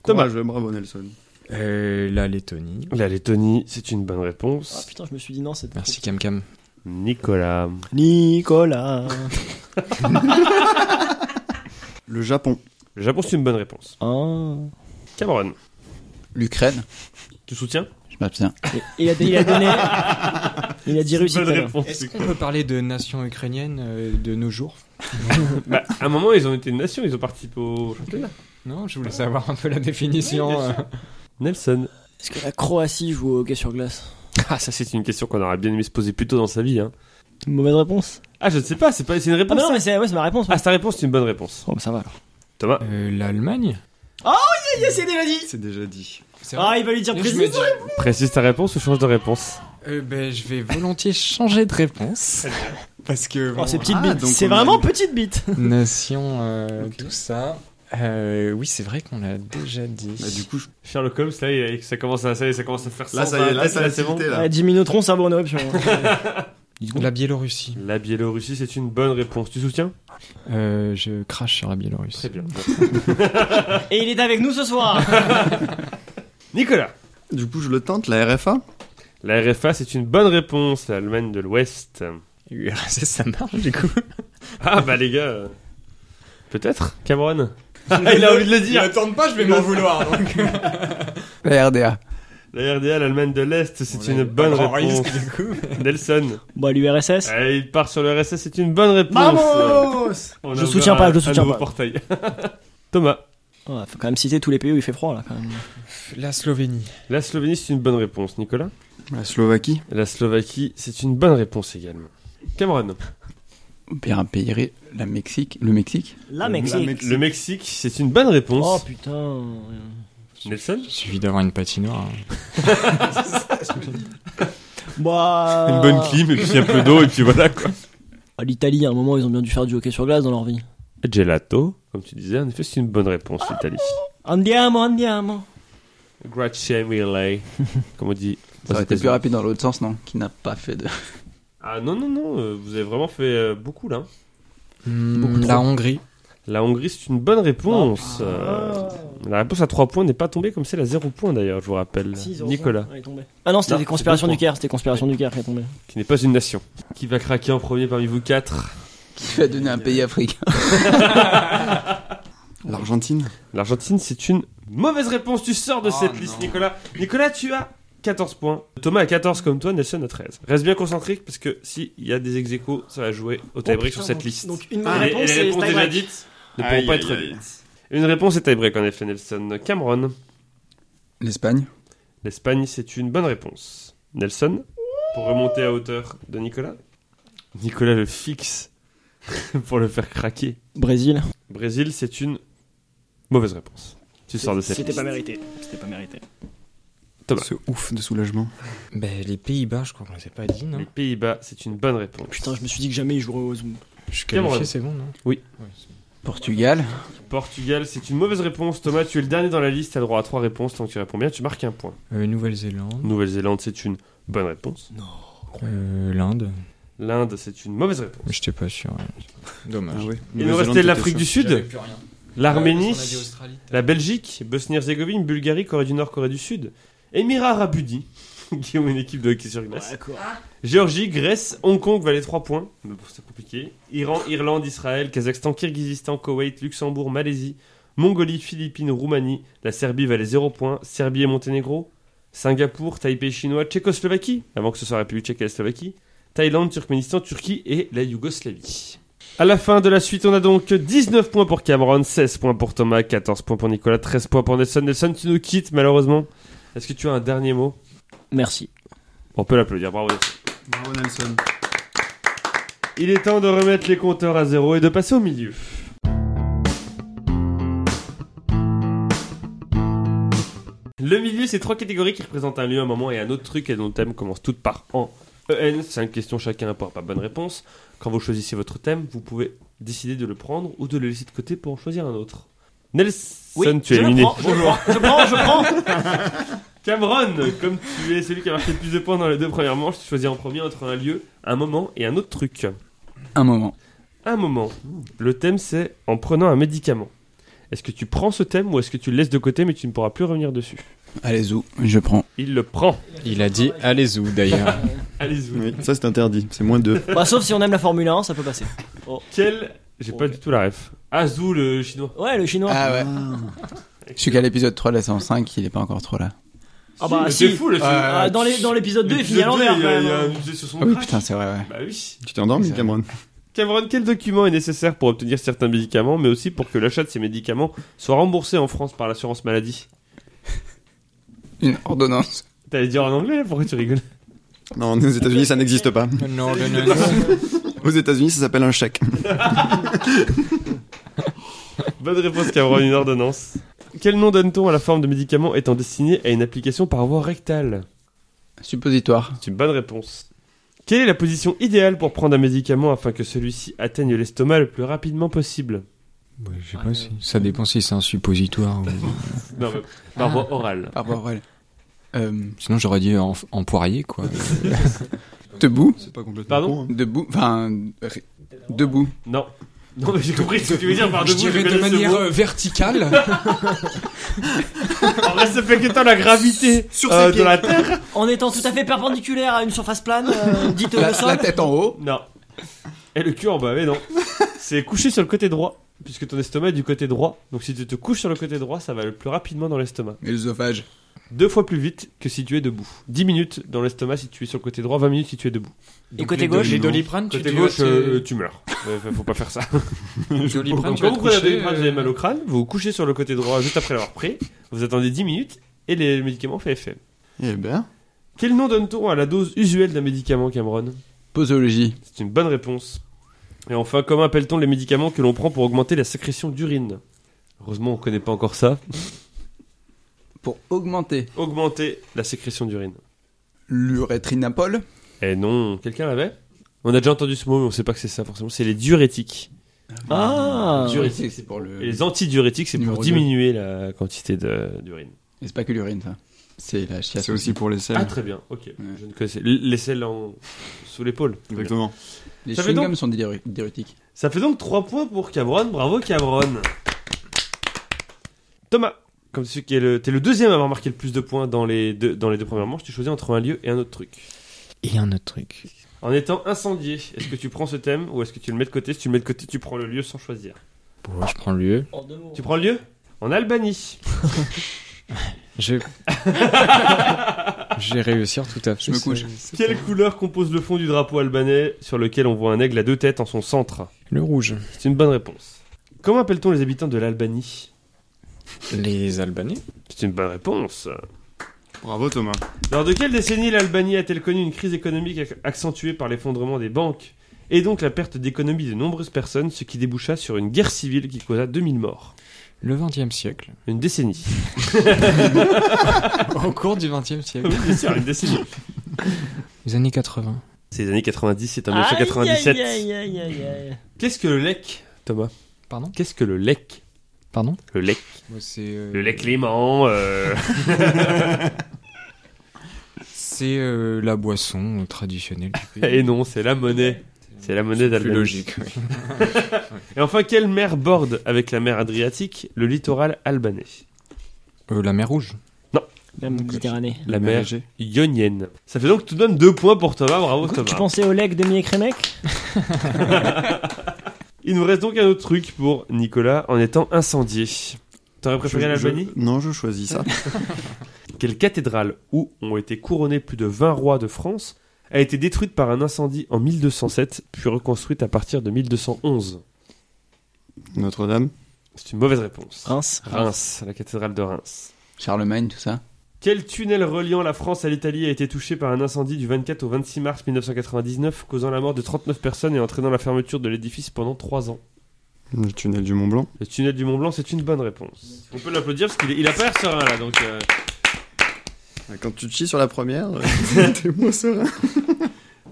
Thomas, bravo Nelson. Euh, la Lettonie. La Lettonie, c'est une bonne Ah réponse. putain, je me suis dit non, c'était. Merci Cam Cam. Nicolas. Nicolas Le Japon. Le Japon, c'est une bonne réponse. Hein. Cameron. L'Ukraine Tu soutiens Je m'abstiens. Et- Il a, il a donné. Il a dit Russie. Bonne tout à l'heure. réponse. Est-ce qu'on peut parler de nation ukrainienne euh, de nos jours Bah, à un moment, ils ont été une nation, ils ont participé au championnat. Non, je voulais savoir un peu la définition. euh. Nelson. Est-ce que la Croatie joue au hockey sur glace Ah, ça, c'est une question qu'on aurait bien aimé se poser plus tôt dans sa vie. Hein. Une mauvaise réponse Ah, je ne sais pas, c'est pas, c'est une Ah, réponse. mais non, ça mais c'est ouais, c'est ma réponse. Ah, sa réponse, c'est une bonne réponse. Oh, bah, ça va alors. Thomas. Euh, L'Allemagne c'est déjà dit C'est déjà dit. C'est Ah, vrai il va lui dire Et je me président dis- Précise ta réponse ou change de réponse Euh, ben, je vais volontiers changer de réponse. Parce que. Oh, bon, c'est petite Ah, bite. donc C'est on a vraiment eu- petite bite. Nation, euh, tout ça. Euh, oui, c'est vrai qu'on l'a déjà dit. Bah, du coup, je- Sherlock Holmes, là, il- ça commence à, ça, y est, ça commence à faire là, sens ça dans y est, la là, tête, ça là, l'a tilté, là. Ah, Jimmy Neutron, ça va, on est option. La Biélorussie. La Biélorussie, c'est une bonne réponse. Tu soutiens Euh, je crache sur la Biélorussie. bien. Et il est avec nous ce soir Nicolas. Du coup, je le tente, la RFA La RFA, c'est une bonne réponse. L'Allemagne de l'Ouest. URSS, ça marche du coup. Ah, bah, les gars. euh, Peut-être Cameron Ah, Il a envie de le dire. Attends pas, je vais m'en vouloir. donc. La RDA. La RDA, l'Allemagne de l'Est, c'est Bon, là, une bonne grand réponse. risque, du coup. Nelson. Bah, l'URSS Allez, il part sur le RSS, c'est une bonne réponse. On a Je ouvert soutiens pas, un- je soutiens un nouveau pas. portail. Thomas. Ouais, Oh, Faut quand même citer tous les pays où il fait froid là quand même. La Slovénie. La Slovénie, c'est une bonne réponse, Nicolas. La Slovaquie La Slovaquie, c'est une bonne réponse également. Cameron. Bien un pays. ré- La Mexique. Le Mexique La La Mexique Mexique. Le Mexique, c'est une bonne Oh réponse. putain Nelson Il suffit d'avoir une patinoire. hein. Bah. Une bonne clim, et puis un peu d'eau, et puis voilà quoi. Ah, L'Italie, à un moment, ils ont bien dû faire du hockey sur glace dans leur vie. Gelato, comme tu disais, en effet, c'est une bonne réponse, l'Italie. Andiamo, andiamo Grazie mille, comme on dit. Oh. Ça aurait été plus rapide dans l'autre sens, non Qui n'a pas fait de. Ah non, non, non, euh, vous avez vraiment fait euh, beaucoup là. Hmm, la Hongrie. La Hongrie, c'est une bonne réponse. Euh, Ah. la réponse à 3 points n'est pas tombée comme c'est la 0 points d'ailleurs, je vous rappelle. Nicolas, Ah non, c'était Non, des conspirations c'est du Caire, c'était conspiration du Caire qui est tombée. qui n'est pas une nation. Qui va craquer en premier parmi vous quatre Qui va donner un pays africain L'Argentine L'Argentine, c'est une mauvaise réponse. Tu sors de Oh cette non. liste, Nicolas. Nicolas, tu as 14 points. Thomas a 14 comme toi, Nelson a 13. Reste bien concentré parce que s'il y a des ex aequo, ça va jouer au tie-break sur cette liste. Oh, Donc une Et- et réponse, les réponses déjà dites ne pourront Aïe, pas aïe, être aïe. dites. Une réponse est tie-break en effet, Nelson. Cameron, L'Espagne l'Espagne, c'est une bonne réponse. Nelson, pour remonter à hauteur de Nicolas. Nicolas le fixe pour le faire craquer. Brésil. Brésil, c'est une mauvaise réponse. Tu sors de cette liste. mérité. C'était pas mérité. Bah. Ce ouf de soulagement. Ben, les Pays-Bas, je crois qu'on les a pas dit, non Les Pays-Bas, c'est une bonne réponse. Putain, je me suis dit que jamais il jouerait au Zoom. Je suis Cameroun. qualifié, c'est bon, non Oui. Ouais, c'est- Portugal. Portugal, c'est une mauvaise réponse. Thomas, tu es le dernier dans la liste, tu as droit à trois réponses. Tant que tu réponds bien, tu marques un point. Euh, Nouvelle-Zélande. Nouvelle-Zélande, c'est une bonne réponse. Euh, L'Inde. L'Inde, c'est une mauvaise réponse. J'étais pas sûr. ouais. Ah Dommage. oui. Il nous restait l'Afrique du Sud, l'Arménie, Australie. la Belgique, Bosnie-Herzégovine, Bulgarie, Corée du Nord, Corée du Sud, Émirats Arabes Unis, qui ont une équipe de hockey sur glace, Ah. Géorgie, Grèce, Hong Kong valait 3 points, mais bon, c'est compliqué, Iran, Irlande, Israël, Kazakhstan, Kirghizistan, Koweït, Luxembourg, Malaisie, Mongolie, Philippines, Roumanie, la Serbie valait 0 points, Serbie et Monténégro, Singapour, Taipei chinois, Tchécoslovaquie, avant que ce soit la République tchèque et la Slovaquie, Thaïlande, Turkménistan, Turquie et la Yougoslavie. À la fin de la suite, on a donc 19 points pour Cameron, 16 points pour Thomas, 14 points pour Nicolas, 13 points pour Nelson. Nelson, tu nous quittes malheureusement. Est-ce que tu as un dernier mot Merci. On peut l'applaudir, bravo. Bravo Nelson. Il est temps de remettre les compteurs à zéro et de passer au milieu. Le milieu, c'est trois catégories qui représentent un lieu, un moment et un autre truc et dont le thème commence toutes par en. EN, 5 questions chacun pour pas bonne réponse. Quand vous choisissez votre thème, vous pouvez décider de le prendre ou de le laisser de côté pour en choisir un autre. Nelson, tu es je le éliminé. prends, je le prends, je prends, je prends. Cameron, comme tu es celui qui a marqué le plus de points dans les deux premières manches, tu choisis en premier entre un lieu, un moment et un autre truc. Un moment. Un moment. Le thème c'est en prenant un médicament. Est-ce que tu prends ce thème ou est-ce que tu le laisses de côté mais tu ne pourras plus revenir dessus Allez, où Je prends. Il le prend. Il a dit allez-vous d'ailleurs. Allez-y. Oui, ça c'est interdit, c'est moins 2. Bah, sauf si on aime la Formule 1, ça peut passer. Quel. J'ai pas Ok. du tout la ref. Azou Ah, le chinois. Ouais, le chinois. Ah ouais. Je suis qu'à l'épisode 3, là, c'est en 5, il est pas encore trop là. Ah bah, mais si. C'est fou le chinois. Ah, dans les- dans l'épisode 2, il finit à L'épisode l'envers. deux, Il y a- quand il y a même. un musée sur son Ah oui, crack. putain, c'est vrai, ouais. Bah oui. Tu t'es endormi C'est- Cameron Cameron, quel document est nécessaire pour obtenir certains médicaments, mais aussi pour que l'achat de ces médicaments soit remboursé en France par l'assurance maladie Une ordonnance. T'allais dire en anglais Pourquoi tu rigoles Non, aux États-Unis ça n'existe pas. non, non, non, non. Aux États-Unis ça s'appelle un chèque. Bonne réponse, Cameron, une ordonnance. Quel nom donne-t-on à la forme de médicament étant destinée à une application par voie rectale Suppositoire. C'est une bonne réponse. Quelle est la position idéale pour prendre un médicament afin que celui-ci atteigne l'estomac le plus rapidement possible Ouais, Bah, je sais pas si. Ça dépend si c'est un suppositoire. ou- Non, mais par voie orale. Par rapport Euh, Sinon j'aurais dit en, en poirier quoi. debout. C'est pas complètement Pardon con, hein. Debout. Enfin, ré- debout. Non. Non, mais j'ai compris ce que tu veux dire par je debout. dirais de connais ce manière mot. euh, verticale. En vrai, ça fait que t'as la gravité Sur euh, ses de pieds. la Terre. hein. En étant tout à fait perpendiculaire à une surface plane, euh, dites euh, La, le sol. la tête en haut. Non. Et le cul en bas, mais non. C'est couché sur le côté droit, puisque ton estomac est du côté droit. Donc si tu te couches sur le côté droit, ça va le plus rapidement dans l'estomac. Et l'œsophage. Deux fois plus vite que si tu es debout. 10 minutes dans l'estomac si tu es sur le côté droit, 20 minutes si tu es debout. Et côté gauche Les doliprane, tu Côté dis, gauche, c'est- euh, tu meurs. Ouais, faut- faut pas faire ça. Doliprane, Donc, tu vas quand vous prenez un te coucher, Doliprane, vous euh, avez mal au crâne, vous vous couchez sur le côté droit juste après l'avoir pris, vous attendez 10 minutes et les- le médicament fait effet. Eh ben, Quel nom donne-t-on à la dose usuelle d'un médicament, Cameron Posologie. C'est une bonne réponse. Et enfin, comment appelle-t-on les médicaments que l'on prend pour augmenter la sécrétion d'urine Heureusement, on connaît pas encore ça. Pour augmenter Augmenter la sécrétion d'urine. l'urétrinapol. Eh non, quelqu'un l'avait On a déjà entendu ce mot, mais on sait pas que c'est ça forcément. C'est les diurétiques. Ah Diurétique, c'est pour le. Et les antidiurétiques, c'est pour Numéro diminuer la quantité de- d'urine. Et c'est pas que l'urine, ça. C'est la chiasse. c'est aussi pour les Ah, selles. très bien, ok. Je ne connaissais. Les selles en... sous l'épaule. Exactement. Les Ça fait donc- chewing-gums sont diuré- diurétiques. Ça fait donc 3 points pour Cameron. Bravo Cameron. Thomas, comme celui qui est le, t'es le deuxième à avoir marqué le plus de points dans les deux, dans les deux premières manches, tu choisis entre un lieu et un autre truc. Et un autre truc. En étant incendié, est-ce que tu prends ce thème ou est-ce que tu le mets de côté Si tu le mets de côté, tu prends le lieu sans choisir. Bon, je prends le E. lieu. Tu prends le lieu En Albanie. Je vais réussir tout à fait. Je me c'est- couche. Quelle couleur compose le fond du drapeau albanais sur lequel on voit un aigle à deux têtes en son centre Le rouge. C'est une bonne réponse. Comment appelle-t-on les habitants de l'Albanie Les Albanais. C'est une bonne réponse. Bravo Thomas. Lors de quelle décennie l'Albanie a-t-elle connu une crise économique ac- accentuée par l'effondrement des banques et donc la perte d'économie de nombreuses personnes, ce qui déboucha sur une guerre civile qui causa 2000 morts Le 20e siècle. Une décennie. Au cours du 20e siècle. Oui, bien sûr, une décennie. Les années 80. C'est les années 90, c'est en Aïe, 1997. aïe, aïe, aïe, aïe, aïe. Qu'est-ce que le LEC, Thomas Pardon Qu'est-ce que le lec Pardon Le lec. Moi, c'est. euh, Le lec Clément. euh, C'est euh, la boisson traditionnelle du pays. Et Eh non, c'est la monnaie. C'est la monnaie Plus d'Albanie. logique. oui. Et enfin, quelle mer borde avec la mer Adriatique le littoral albanais Euh, la mer rouge. La Méditerranée. La mer mer Égée. Ionienne. Ça fait donc tout de même deux points pour Thomas. Bravo Tu Thomas. pensais au leg de Miekremek Il nous reste donc un autre truc pour Nicolas en étant incendié. T'aurais préféré Je- je- l'Albanie Non, je choisis ça. Quelle cathédrale où ont été couronnés plus de 20 rois de France a été détruite par un incendie en 1207 puis reconstruite à partir de 1211 Notre-Dame. C'est une mauvaise réponse. Reims. Reims, la cathédrale de Reims. Charlemagne, tout ça. Quel tunnel reliant la France à l'Italie a été touché par un incendie du 24 au 26 mars 1999, causant la mort de 39 personnes et entraînant la fermeture de l'édifice pendant 3 ans Le tunnel du Mont Blanc. Le tunnel du Mont Blanc, c'est une bonne réponse. On peut l'applaudir parce qu'il est- il a pas l'air serein là, donc. euh, Quand tu te chies sur la première, euh, t'es moins serein.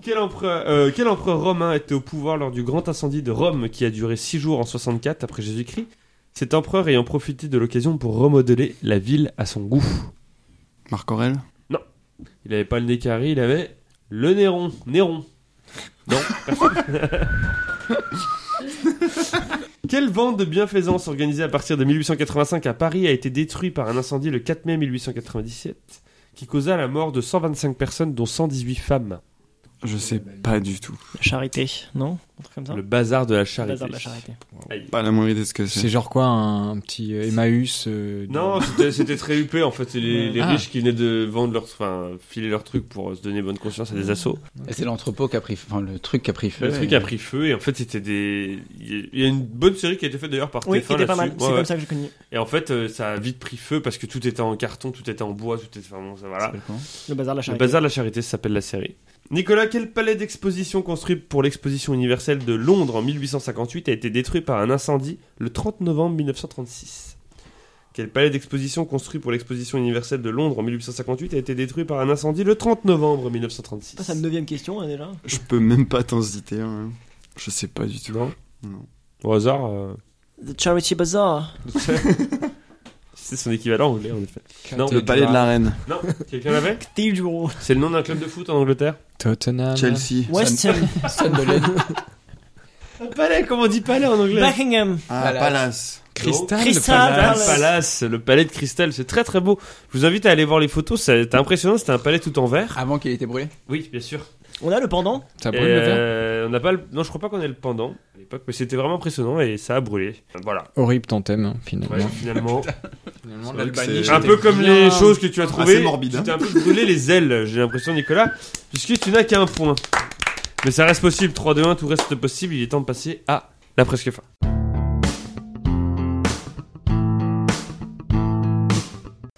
Quel empereur, euh, quel empereur romain était au pouvoir lors du grand incendie de Rome qui a duré 6 jours en 64 après Jésus-Christ Cet empereur ayant profité de l'occasion pour remodeler la ville à son goût. Marc Aurel. Il avait pas le nez carré, il avait le Néron. Néron. Non. Quelle vente de bienfaisance organisée à partir de 1885 à Paris a été détruite par un incendie le 4 mai 1897 qui causa la mort de 125 personnes dont 118 femmes Je sais pas du tout. La charité, non Un truc comme ça Le bazar de la Oh. Le charité. bazar de la charité. Pas la moindre idée de ce que C'est c'est. genre quoi, un, un petit euh, Emmaüs euh, Non, c'était- c'était très huppé en fait. C'est les, les Ah. riches qui venaient de vendre leur, enfin, filer leurs trucs pour euh, se donner bonne conscience à des assos. Et c'est l'entrepôt qui a pris, feu- enfin le truc qui a pris feu. Le truc et- a pris feu et en fait c'était des. Il y a une bonne série qui a été faite d'ailleurs par Oui, TF1 c'était pas mal. là-dessus. C'est Ouais, ouais. comme ça que j'ai connu Et en fait euh, ça a vite pris feu parce que tout était en carton, tout était en bois, tout était. Enfin bon, ça, Ça voilà. s'appelle comment le bazar de la Le charité. bazar de la charité ça s'appelle la série. Nicolas, quel palais d'exposition construit pour l'exposition universelle de Londres en 1858 a été détruit par un incendie le 30 novembre 1936 Quel palais d'exposition construit pour l'exposition universelle de Londres en 1858 a été détruit par un incendie le 30 novembre 1936 Ah, Ça, c'est une neuvième question hein, déjà. Je peux même pas t'en citer un. hein. Je sais pas du tout. Non Non. Au hasard euh, The Charity Bazaar. C'est son équivalent anglais en effet. cathédrale. Non, Le palais de la reine. Non, quelqu'un l'avait Cathedral. C'est le nom d'un club de foot en Angleterre Tottenham. Chelsea. Weston. Sunderland. Un palais, comment on dit palais en anglais Buckingham. Ah, Palace. Crystal. Crystal le palais. Palace. Palace, le palais de cristal, c'est très très beau. Je vous invite à aller voir les photos, c'était impressionnant, c'était un palais tout en verre. Avant qu'il ait été brûlé. Oui, bien sûr. On a le pendant. Ça brûle le verre. Euh, on n'a pas le- Non, je crois pas qu'on ait le pendant à l'époque, mais c'était vraiment impressionnant et ça a brûlé. Voilà. Horrible ton thème, hein, finalement. Ouais, finalement, Finalement, C'est vrai que l'Albanie, c'est- un j'étais peu comme bien- les choses que tu as trouvées, Assez morbide, tu t'es un peu brûlé les ailes, j'ai l'impression, Nicolas, puisque tu n'as qu'un point. Mais ça reste possible, 3, 2, 1, tout reste possible, il est temps de passer à la presque fin.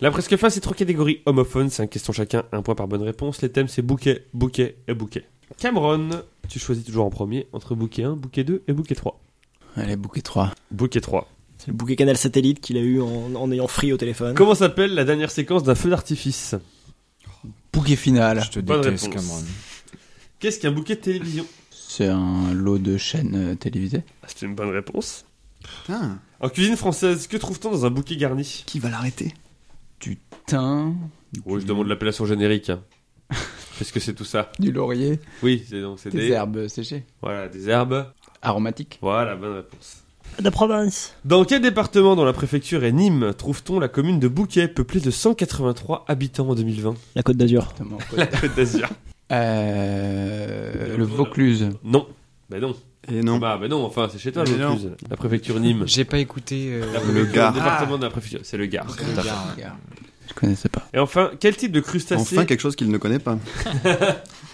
La presque fin, c'est trois catégories homophones, 5 questions chacun, un point par bonne réponse. Les thèmes, c'est bouquet, bouquet et bouquet. Cameron, tu choisis toujours en premier entre bouquet 1, bouquet 2 et bouquet 3. Allez, bouquet 3. Bouquet 3. C'est le bouquet canal satellite qu'il a eu en, en ayant free au téléphone. Comment s'appelle la dernière séquence d'un feu d'artifice Bouquet final. Je te Bonne déteste, réponse. Cameron. Qu'est-ce qu'un bouquet de télévision C'est un lot de chaînes euh, télévisées. Ah, C'est une bonne réponse. Putain, En cuisine française, que trouve-t-on dans un bouquet garni qui va l'arrêter Tin. Oui, Oh, je demande l'appellation générique. hein. Parce que c'est tout ça. Du laurier. Oui, c'est donc c'est Des, des, herbes séchées. voilà des herbes. Aromatiques. Voilà, bonne réponse. De province. Dans quel département dont la préfecture est Nîmes trouve-t-on la commune de Bouquet peuplée de 183 habitants en 2020 La Côte d'Azur. Exactement. Côte d'Azur. Euh, le Vaucluse. Non. Bah non. Et non. Bah, bah non, enfin c'est chez toi Mais Vaucluse. La préfecture Nîmes. J'ai pas écouté. euh, La préfecture- Gard. Le département de la préfecture, c'est le Gard. le gars. Je connaissais pas. Et enfin, quel type de crustacé Enfin, quelque chose qu'il ne connaît pas.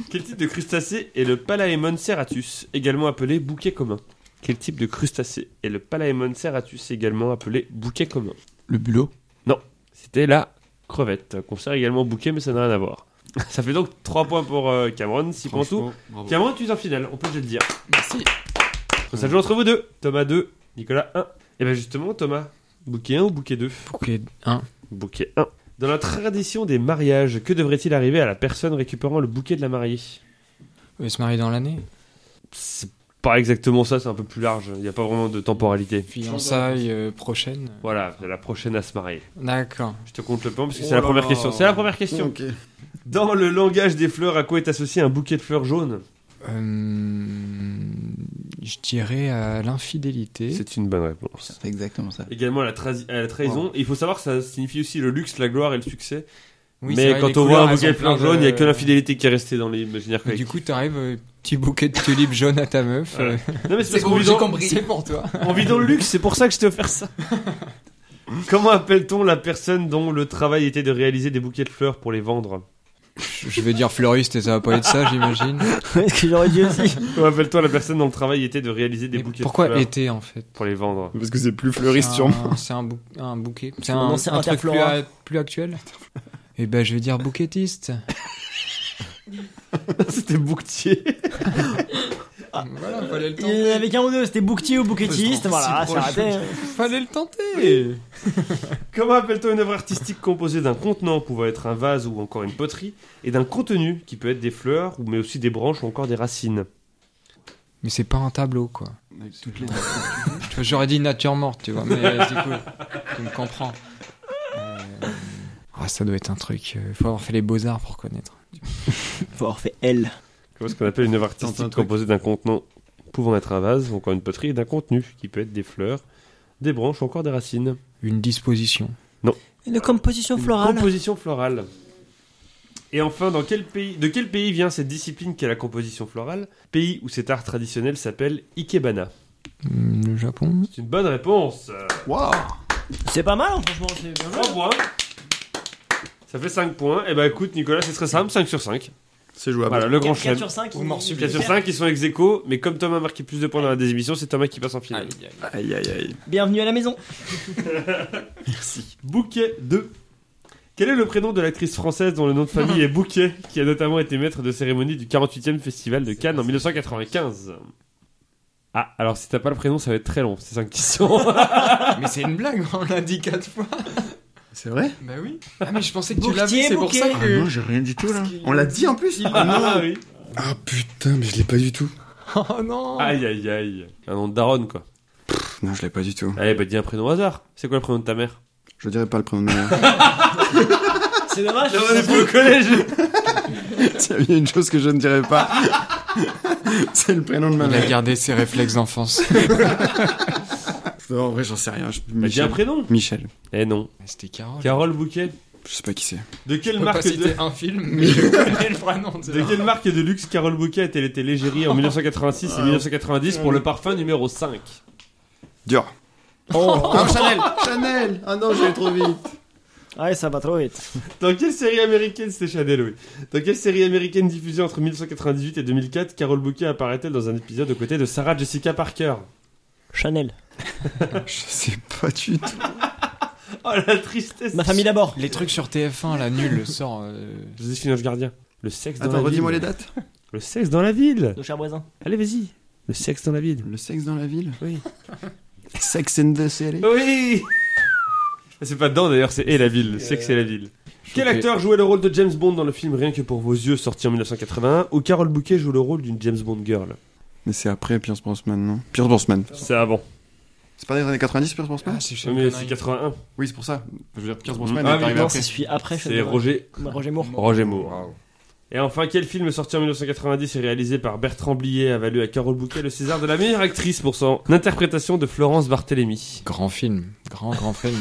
Quel type de crustacé est le Palaemon serratus, également appelé bouquet commun Quel type de crustacé est le Palaemon serratus, également appelé bouquet commun Le bulot. C'était la crevette, qu'on sert également bouquet, mais ça n'a rien à voir. Ça fait donc 3 points pour euh, Cameron, 6 points en tout. Cameron, tu es en finale, on peut le dire. Merci. Ça joue entre vous deux. Thomas 2, Nicolas 1. Et bien justement, Thomas, bouquet 1 ou bouquet 2 Bouquet 1. Bouquet 1. Dans la tradition des mariages, que devrait-il euh, arriver à la personne récupérant le bouquet de la mariée se marier dans l'année C'est pas exactement ça, c'est un peu plus large. Il n'y a pas vraiment de temporalité. Fiançailles euh, prochaines. Voilà, c'est la prochaine à se marier. D'accord. Je te compte le point parce que Oh c'est la là première là. question. C'est la première question. Ok. Dans le langage des fleurs, à quoi est associé un bouquet de fleurs jaunes Euh, je dirais à l'infidélité. C'est une bonne réponse. C'est exactement ça. Également à la, trahi- à la Oh. trahison. Et il faut savoir que ça signifie aussi le luxe, la gloire et le succès. Oui, c'est Mais vrai, quand les on couleurs, voit un elles bouquet ont de fleurs plein jaunes, il n'y a que l'infidélité qui est restée dans l'imaginaire Et Du collectif. coup, t'arrives, euh, petit bouquet de tulipes jaunes à ta meuf. Ouais. euh, Non, mais c'est parce qu'on vit, j'ai dans... compris. C'est pour toi. on vit dans le luxe, c'est pour ça que je te offert ça. Comment appelle-t-on la personne dont le travail était de réaliser des bouquets de fleurs pour les vendre Je vais dire fleuriste et ça va pas être ça, j'imagine. Est-ce que j'aurais dû aussi Comment appelle-toi la personne dont le travail était de réaliser des Mais bouquets de Pourquoi fleurs été en fait pour les vendre Parce que c'est plus fleuriste C'est un- sûrement. C'est un, bou- un bouquet. C'est Non, un, c'est un truc plus, Interflora. a- plus actuel. Et ben, je vais dire bouquetiste. C'était bouquetier. Voilà, fallait le Il y en avait qu'un ou deux, c'était bouquetier ou bouquetiste, voilà, Si c'est hein. proche. raté. Fallait le tenter. Comment appelle-t-on une œuvre artistique composée d'un contenant pouvant être un vase ou encore une poterie et d'un contenu qui peut être des fleurs ou mais aussi des branches ou encore des racines Mais c'est pas un tableau, quoi. Avec toutes les- Tu vois, J'aurais dit nature morte, tu vois, mais euh, c'est cool. Tu me comprends. Euh, ah, ça doit être un truc. euh, faut avoir fait les beaux-arts pour connaître. Faut avoir fait L. Comment est-ce qu'on appelle une œuvre Tente un artistique truc. composée d'un contenant pouvant être un vase ou encore une poterie et d'un contenu qui peut être des fleurs, des branches ou encore des racines Une disposition. Une composition Une florale. Composition florale. Et enfin, dans quel pays, de quel pays vient cette discipline qu'est la composition florale Pays où cet art traditionnel s'appelle Ikebana. Hum, Le Japon C'est une bonne réponse. Euh, Waouh C'est pas mal, hein, franchement, c'est bien. Trois points. Ça fait 5 points. Et bah écoute, Nicolas, c'est très simple 5 sur 5. C'est jouable. Voilà, le grand 4, chelem. sur 5. Ou mort subite. 4 sur 5, ils sont ex aequo, mais comme Thomas a marqué plus de points dans la désémission, c'est Thomas qui passe en finale. Aïe aïe aïe. Bienvenue à la maison. Bouquet 2. Quel est le prénom de l'actrice française dont le nom de famille est Bouquet, qui a notamment été maître de cérémonie du 48e Festival de Cannes en 1995 Ah, alors si t'as pas le prénom, ça va être très long, ces 5 questions. Mais c'est une blague, on l'a dit quatre fois. C'est vrai Bah oui. Ah, mais je pensais que tu Bouquetier, l'avais, c'est pour bouquet. ça Ah que. non, j'ai rien du tout là. On l'a dit en plus ah oui Ah putain, mais je l'ai pas du tout. Oh non Aïe aïe aïe Un nom de daronne quoi. Pff, non, je l'ai pas du tout. Allez, bah dis un prénom au hasard. C'est quoi le prénom de ta mère Je dirais pas le prénom de ma mère. C'est dommage. le collège Il y a une chose que je ne dirais pas. c'est le prénom de ma Il a mère. gardé ses réflexes d'enfance. Non, en vrai, j'en sais rien. je- Bah dis un Michel. prénom Michel. Eh non. C'était Carole. Carole Bouquet Je sais pas qui c'est. De quelle Je peux pas marque de... citer un film, mais je connais le vrai nom. tu De vois. quelle marque de luxe Carole Bouquet a-t-elle été légérie en 1986 et 1990 pour le parfum numéro 5 Dior. Oh Oh, Chanel Chanel Ah non, j'ai trop vite. Ouais, ça va trop vite. Dans quelle série américaine c'était Chanel, oui. Dans quelle série américaine diffusée entre 1998 et 2004 Carole Bouquet apparaît-elle dans un épisode aux côtés de Sarah Jessica Parker Chanel. Je sais pas du tout. Oh la tristesse Ma famille d'abord. Les trucs sur TF1, là, nul, le sort. euh, Joséphine Ange Gardien. Le sexe dans Attends, la ville. redis-moi les dates. Le sexe dans la ville Nos chers voisins. Allez, vas-y Le sexe dans la ville Le sexe dans la ville Oui. Sex and the City Oui Ah, C'est pas dedans d'ailleurs, c'est et la ville. Le sexe et la ville. euh, Quel Choqué. acteur jouait le rôle de James Bond dans le film Rien que pour vos yeux sorti en 1981 où Carole Bouquet joue le rôle d'une James Bond girl Mais c'est après Pierce Brosnan, non Pierce Brosnan. C'est avant. C'est pas dans les années 90, Pierce Brosnan Ah, c'est chez Mais les c'est 81. Oui, c'est pour ça. Je veux dire, Pierce Brosnan est Brosnan est arrivé arrivé Non, après. c'est celui après C'est Chanel. Roger. Bah, Roger Moore. Roger Moore. Et enfin, quel film sorti en 1990 et réalisé par Bertrand Blier a valu à Carole Bouquet le César de la meilleure actrice pour son interprétation de Florence Barthélémy Grand film, grand, grand film.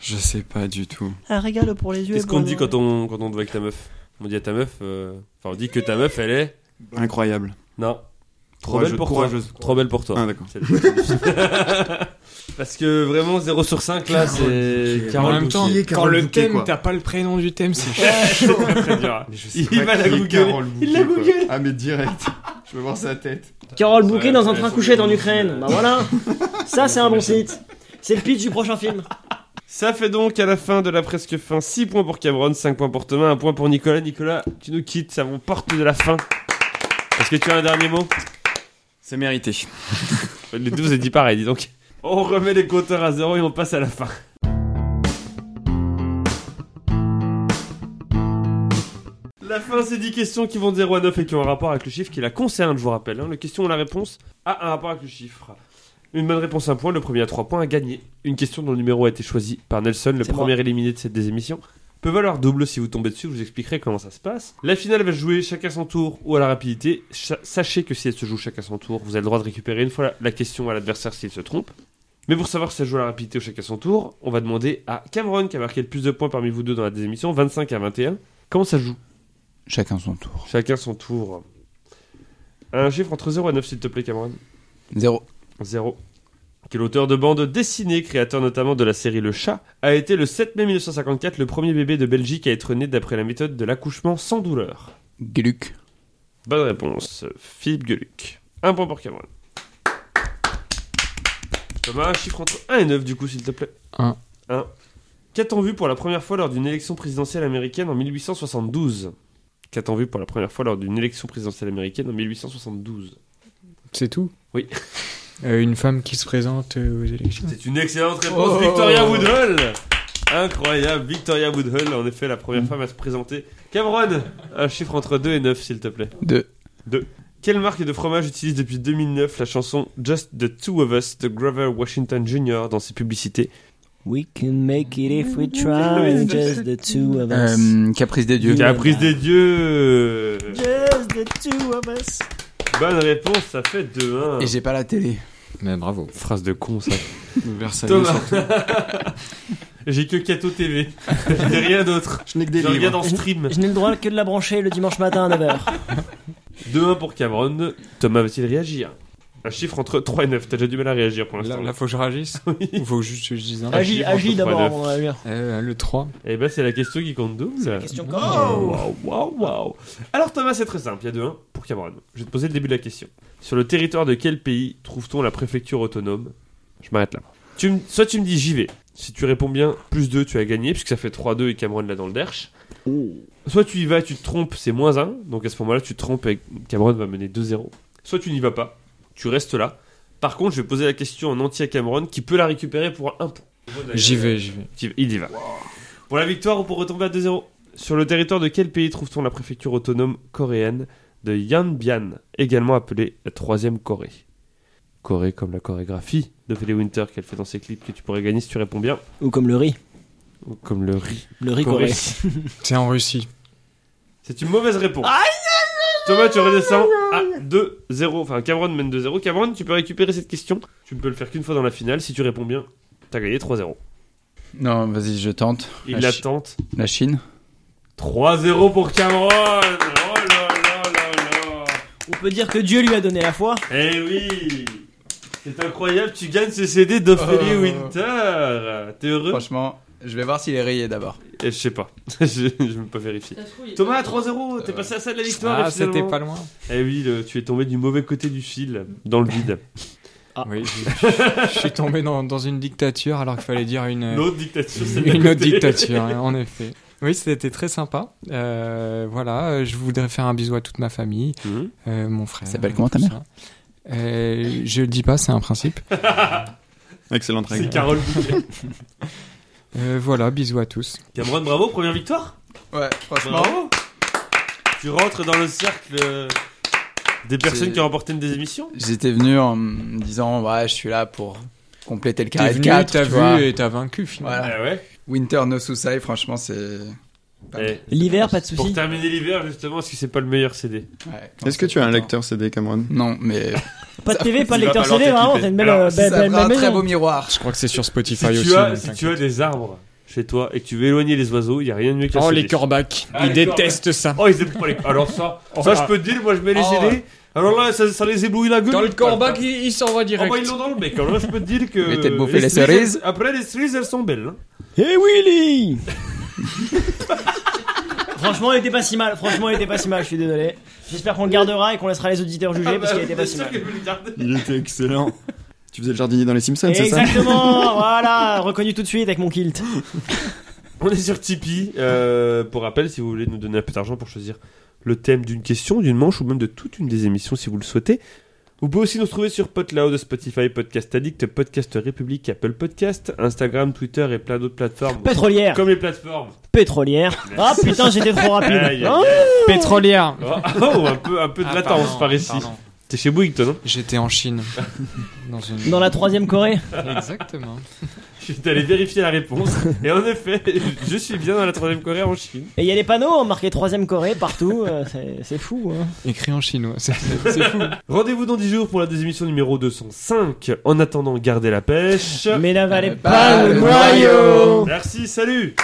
Je sais pas du tout. Un régal Ah, pour les yeux. Qu'est-ce qu'on dit quand on, quand on te voit avec ta meuf On dit à ta meuf... euh, Enfin, on dit que ta meuf, elle est... Incroyable. Non. Trop Courageuse- belle pour toi. courageuse. Trop belle pour toi. Ah, d'accord. C'est le- Parce que vraiment 0 sur 5 là c'est en Carole même temps, Bouquet, quand Carole le Bouquet, thème, quoi. t'as pas le prénom du thème, c'est chiant. très dur. hein. Mais je Il va la googler. Il la google. Ah, mais direct. je veux voir sa tête. Carole Bouquet Ouais, dans un c'est train la couchette en seconde. Ukraine. Bah voilà. Ça, c'est un bon site. C'est le pitch du prochain film. Ça fait donc à la fin de la presque fin 6 points pour Cameron, 5 points pour Thomas, 1 point pour Nicolas. Nicolas, tu nous quittes, ça vous porte de la fin. Est-ce que tu as un dernier mot C'est mérité. Les deux vous avez dit pareil, dis donc. On remet les compteurs à zéro et on passe à la fin. La la fin, c'est 10 questions qui vont de 0 à 9 et qui ont un rapport avec le chiffre qui la concerne, je vous rappelle. hein. La question ou la réponse a un rapport avec le chiffre. Une bonne réponse, un point. Le premier à 3 points a gagné. Une question dont le numéro a été choisi par Nelson, le C'est premier éliminé de cette désémission, peut valoir double si vous tombez dessus. Je vous expliquerai comment ça se passe. La finale va se jouer chacun son tour ou à la rapidité. Cha- sachez que si elle se joue chacun son tour, vous avez le droit de récupérer une fois la, la question à l'adversaire s'il se trompe. Mais pour savoir si elle joue à la rapidité ou chacun son tour, on va demander à Cameron qui a marqué le plus de points parmi vous deux dans la désémission, 25 à 21. Comment ça se joue Chacun son tour. Chacun son tour. Un chiffre entre 0 et 9, s'il te plaît, Cameron. Zéro. 0. Quel auteur de bande dessinée, créateur notamment de la série Le Chat, a été le 7 mai 1954 le premier bébé de Belgique à être né d'après la méthode de l'accouchement sans douleur Gluck. Bonne réponse, Philippe Gueluc. Un point pour Cameron. Thomas, un chiffre entre 1 et 9 du coup, s'il te plaît. Un. 1. Qu'a-t-on vu pour la première fois lors d'une élection présidentielle américaine en 1872 Qu'a-t-on vu pour la première fois lors d'une élection présidentielle américaine en 1872 C'est tout Oui. Euh, une femme qui se présente euh, aux élections. C'est une excellente réponse, Victoria Woodhull Incroyable, Victoria Woodhull, en effet, la première femme à se présenter. Cameron, un chiffre entre 2 et 9, s'il te plaît. Deux. Quelle marque de fromage utilise depuis 2009 la chanson Just the Two of Us de Grover Washington Jr. dans ses publicités We can make it if we try, just the two of us. Euh, Caprice des dieux. Qui a prise des dieux Just the two of us. Bonne réponse, ça fait 2-1. Et j'ai pas la télé. Mais bravo. Phrase de con, ça. Versailles. Thomas J'ai que Kato TV. J'ai rien d'autre. Je n'ai que des Je regarde livres. en stream. Je n'ai le droit que de la brancher le dimanche matin à 9h. 2-1 pour Cameron. Thomas va-t-il réagir Un chiffre entre 3 et 9. T'as déjà du mal à réagir pour Là, l'instant. là, faut que je réagisse Ou faut que juste que je dise un Agis, chiffre entre trois agis et d'abord neuf. avant de réagir. Euh, Le 3. Et ben c'est la question qui compte double. Question Waouh, waouh, waouh. Alors Thomas, c'est très simple. Il y a 2 1 pour Cameron. Je vais te poser le début de la question. Sur le territoire de quel pays trouve-t-on la préfecture autonome Je m'arrête là. Tu me- Soit tu me dis j'y vais. Si tu réponds bien, plus 2, tu as gagné, puisque ça fait 3-2 et Cameron là dans le derche. Soit tu y vas, tu te trompes, c'est moins 1. Donc à ce moment-là, tu te trompes et Cameron va mener 2-0. Soit tu n'y vas pas, tu restes là. Par contre, je vais poser la question en entier à Cameron qui peut la récupérer pour un point. J'y vais, j'y vais. Tu- Il y va. Pour la victoire ou pour retomber à 2-0 Sur le territoire de quel pays trouve-t-on la préfecture autonome coréenne de Yanbian, également appelée la troisième Corée Corée comme la chorégraphie de Fede Winter qu'elle fait dans ses clips que tu pourrais gagner si tu réponds bien. Ou comme le riz. Ou comme le riz. Le riz Corée. coré. C'est en Russie. C'est une mauvaise réponse. Thomas, tu redescends à 2-0. Enfin, Cameron mène 2-0. Cameron, tu peux récupérer cette question. Tu ne peux le faire qu'une fois dans la finale. Si tu réponds bien, t'as gagné 3-0. Non, vas-y, je tente. Il La la Chi- tente. La Chine. 3-0 pour Cameron. Oh là là là là. On peut dire que Dieu lui a donné la foi. Eh oui C'est incroyable, tu gagnes ce CD d'Ophélie Euh. Oh. Winter T'es heureux Franchement, je vais voir s'il est rayé d'abord. Eh, Je sais pas, je, je vais pas vérifier. Thomas, 3-0, t'es passé à ça de la victoire Euh. Ah, et finalement- c'était pas loin. Eh oui, le- tu es tombé du mauvais côté du fil, dans le vide. Ah. Oui, je, je- je suis tombé dans, dans une dictature alors qu'il fallait dire une, euh, L'autre dictature, c'est une autre dictature, hein, en effet. Oui, c'était très sympa. Euh, voilà, euh, je voudrais faire un bisou à toute ma famille, Mmh. euh, mon frère. Ça s'appelle comment, ta mère tout ça. Euh, Je le dis pas, c'est un principe. Excellente C'est règle. Carole Bouquet. Euh, voilà, bisous à tous. Cameron, bravo, première victoire Ouais, franchement. Bravo Tu rentres dans le cercle euh, des personnes C'est- qui ont remporté une des émissions J'étais venu en me disant, ouais, je suis là pour compléter le T'es carré de venu, 4. t'as tu vois. vu et t'as vaincu finalement. Voilà. Ah ouais Winter No Suicide, franchement, c'est. Pas Eh, L'hiver, pas de Pour soucis. terminer l'hiver, justement, est-ce que c'est pas le meilleur CD Ouais. Est-ce que tu as un lecteur CD, Cameron Non, mais Ah, Pas de TV, pas de Tu vas lecteur pas leur CD, vraiment. t'équiper. C'est une belle, Alors, euh, ça belle, belle, fera un bah, belle très beau maison. miroir. Je crois que c'est sur Si Spotify tu, aussi. as, donc si t'inquiète. tu as des arbres chez toi et que tu veux éloigner les oiseaux, il n'y a rien de mieux qu'un Oh, CD. les corbacs, Ah, ils les corbacs. détestent ça. Oh, ils aiment pas les Alors ça, ça je peux te dire, moi je mets les Oh, CD. Alors là, ça, ça les éblouit la gueule. Dans le corbac, Ah, il, il s'en va bah, direct. ils l'ont dans le bec. Alors là, je peux te dire que. Mais t'es bouffé les cerises. Après, les cerises, elles sont belles. hein. Hey Willy Franchement, il était pas si mal. Franchement, il était pas si mal. Je suis désolé. J'espère qu'on le gardera et qu'on laissera les auditeurs juger Ah, parce bah, qu'il était bien pas si sûr mal. que vous les gardez. Il était excellent. tu faisais le jardinier dans les Simpsons, c'est ça Exactement, voilà, reconnu tout de suite avec mon kilt. On est sur Tipeee. euh, pour rappel, si vous voulez nous donner un peu d'argent pour choisir le thème d'une question, d'une manche ou même de toute une des émissions si vous le souhaitez, Vous pouvez aussi nous trouver sur Podcloud, Spotify, Podcast Addict, Podcast République, Apple Podcast, Instagram, Twitter et plein d'autres plateformes. Pétrolière Comme les plateformes. pétrolière. Ah putain, j'étais trop rapide. Aïe, aïe, Hein aïe. Pétrolière Oh, oh, un peu, un peu de Ah, latence pardon, par ici. pardon. T'es chez Bouygues, toi, non J'étais en Chine. Dans une... Dans la troisième Corée Exactement. Je suis allé vérifier la réponse. Et en effet, je suis bien dans la troisième Corée en Chine. Et il y a des panneaux marqués troisième Corée partout. euh, c'est- C'est fou. Hein. Écrit en chinois, c'est c'est fou. Rendez-vous dans 10 jours pour la désémission numéro 205. En attendant, gardez la pêche. Mais n'avalez Euh, pas le noyau Merci, salut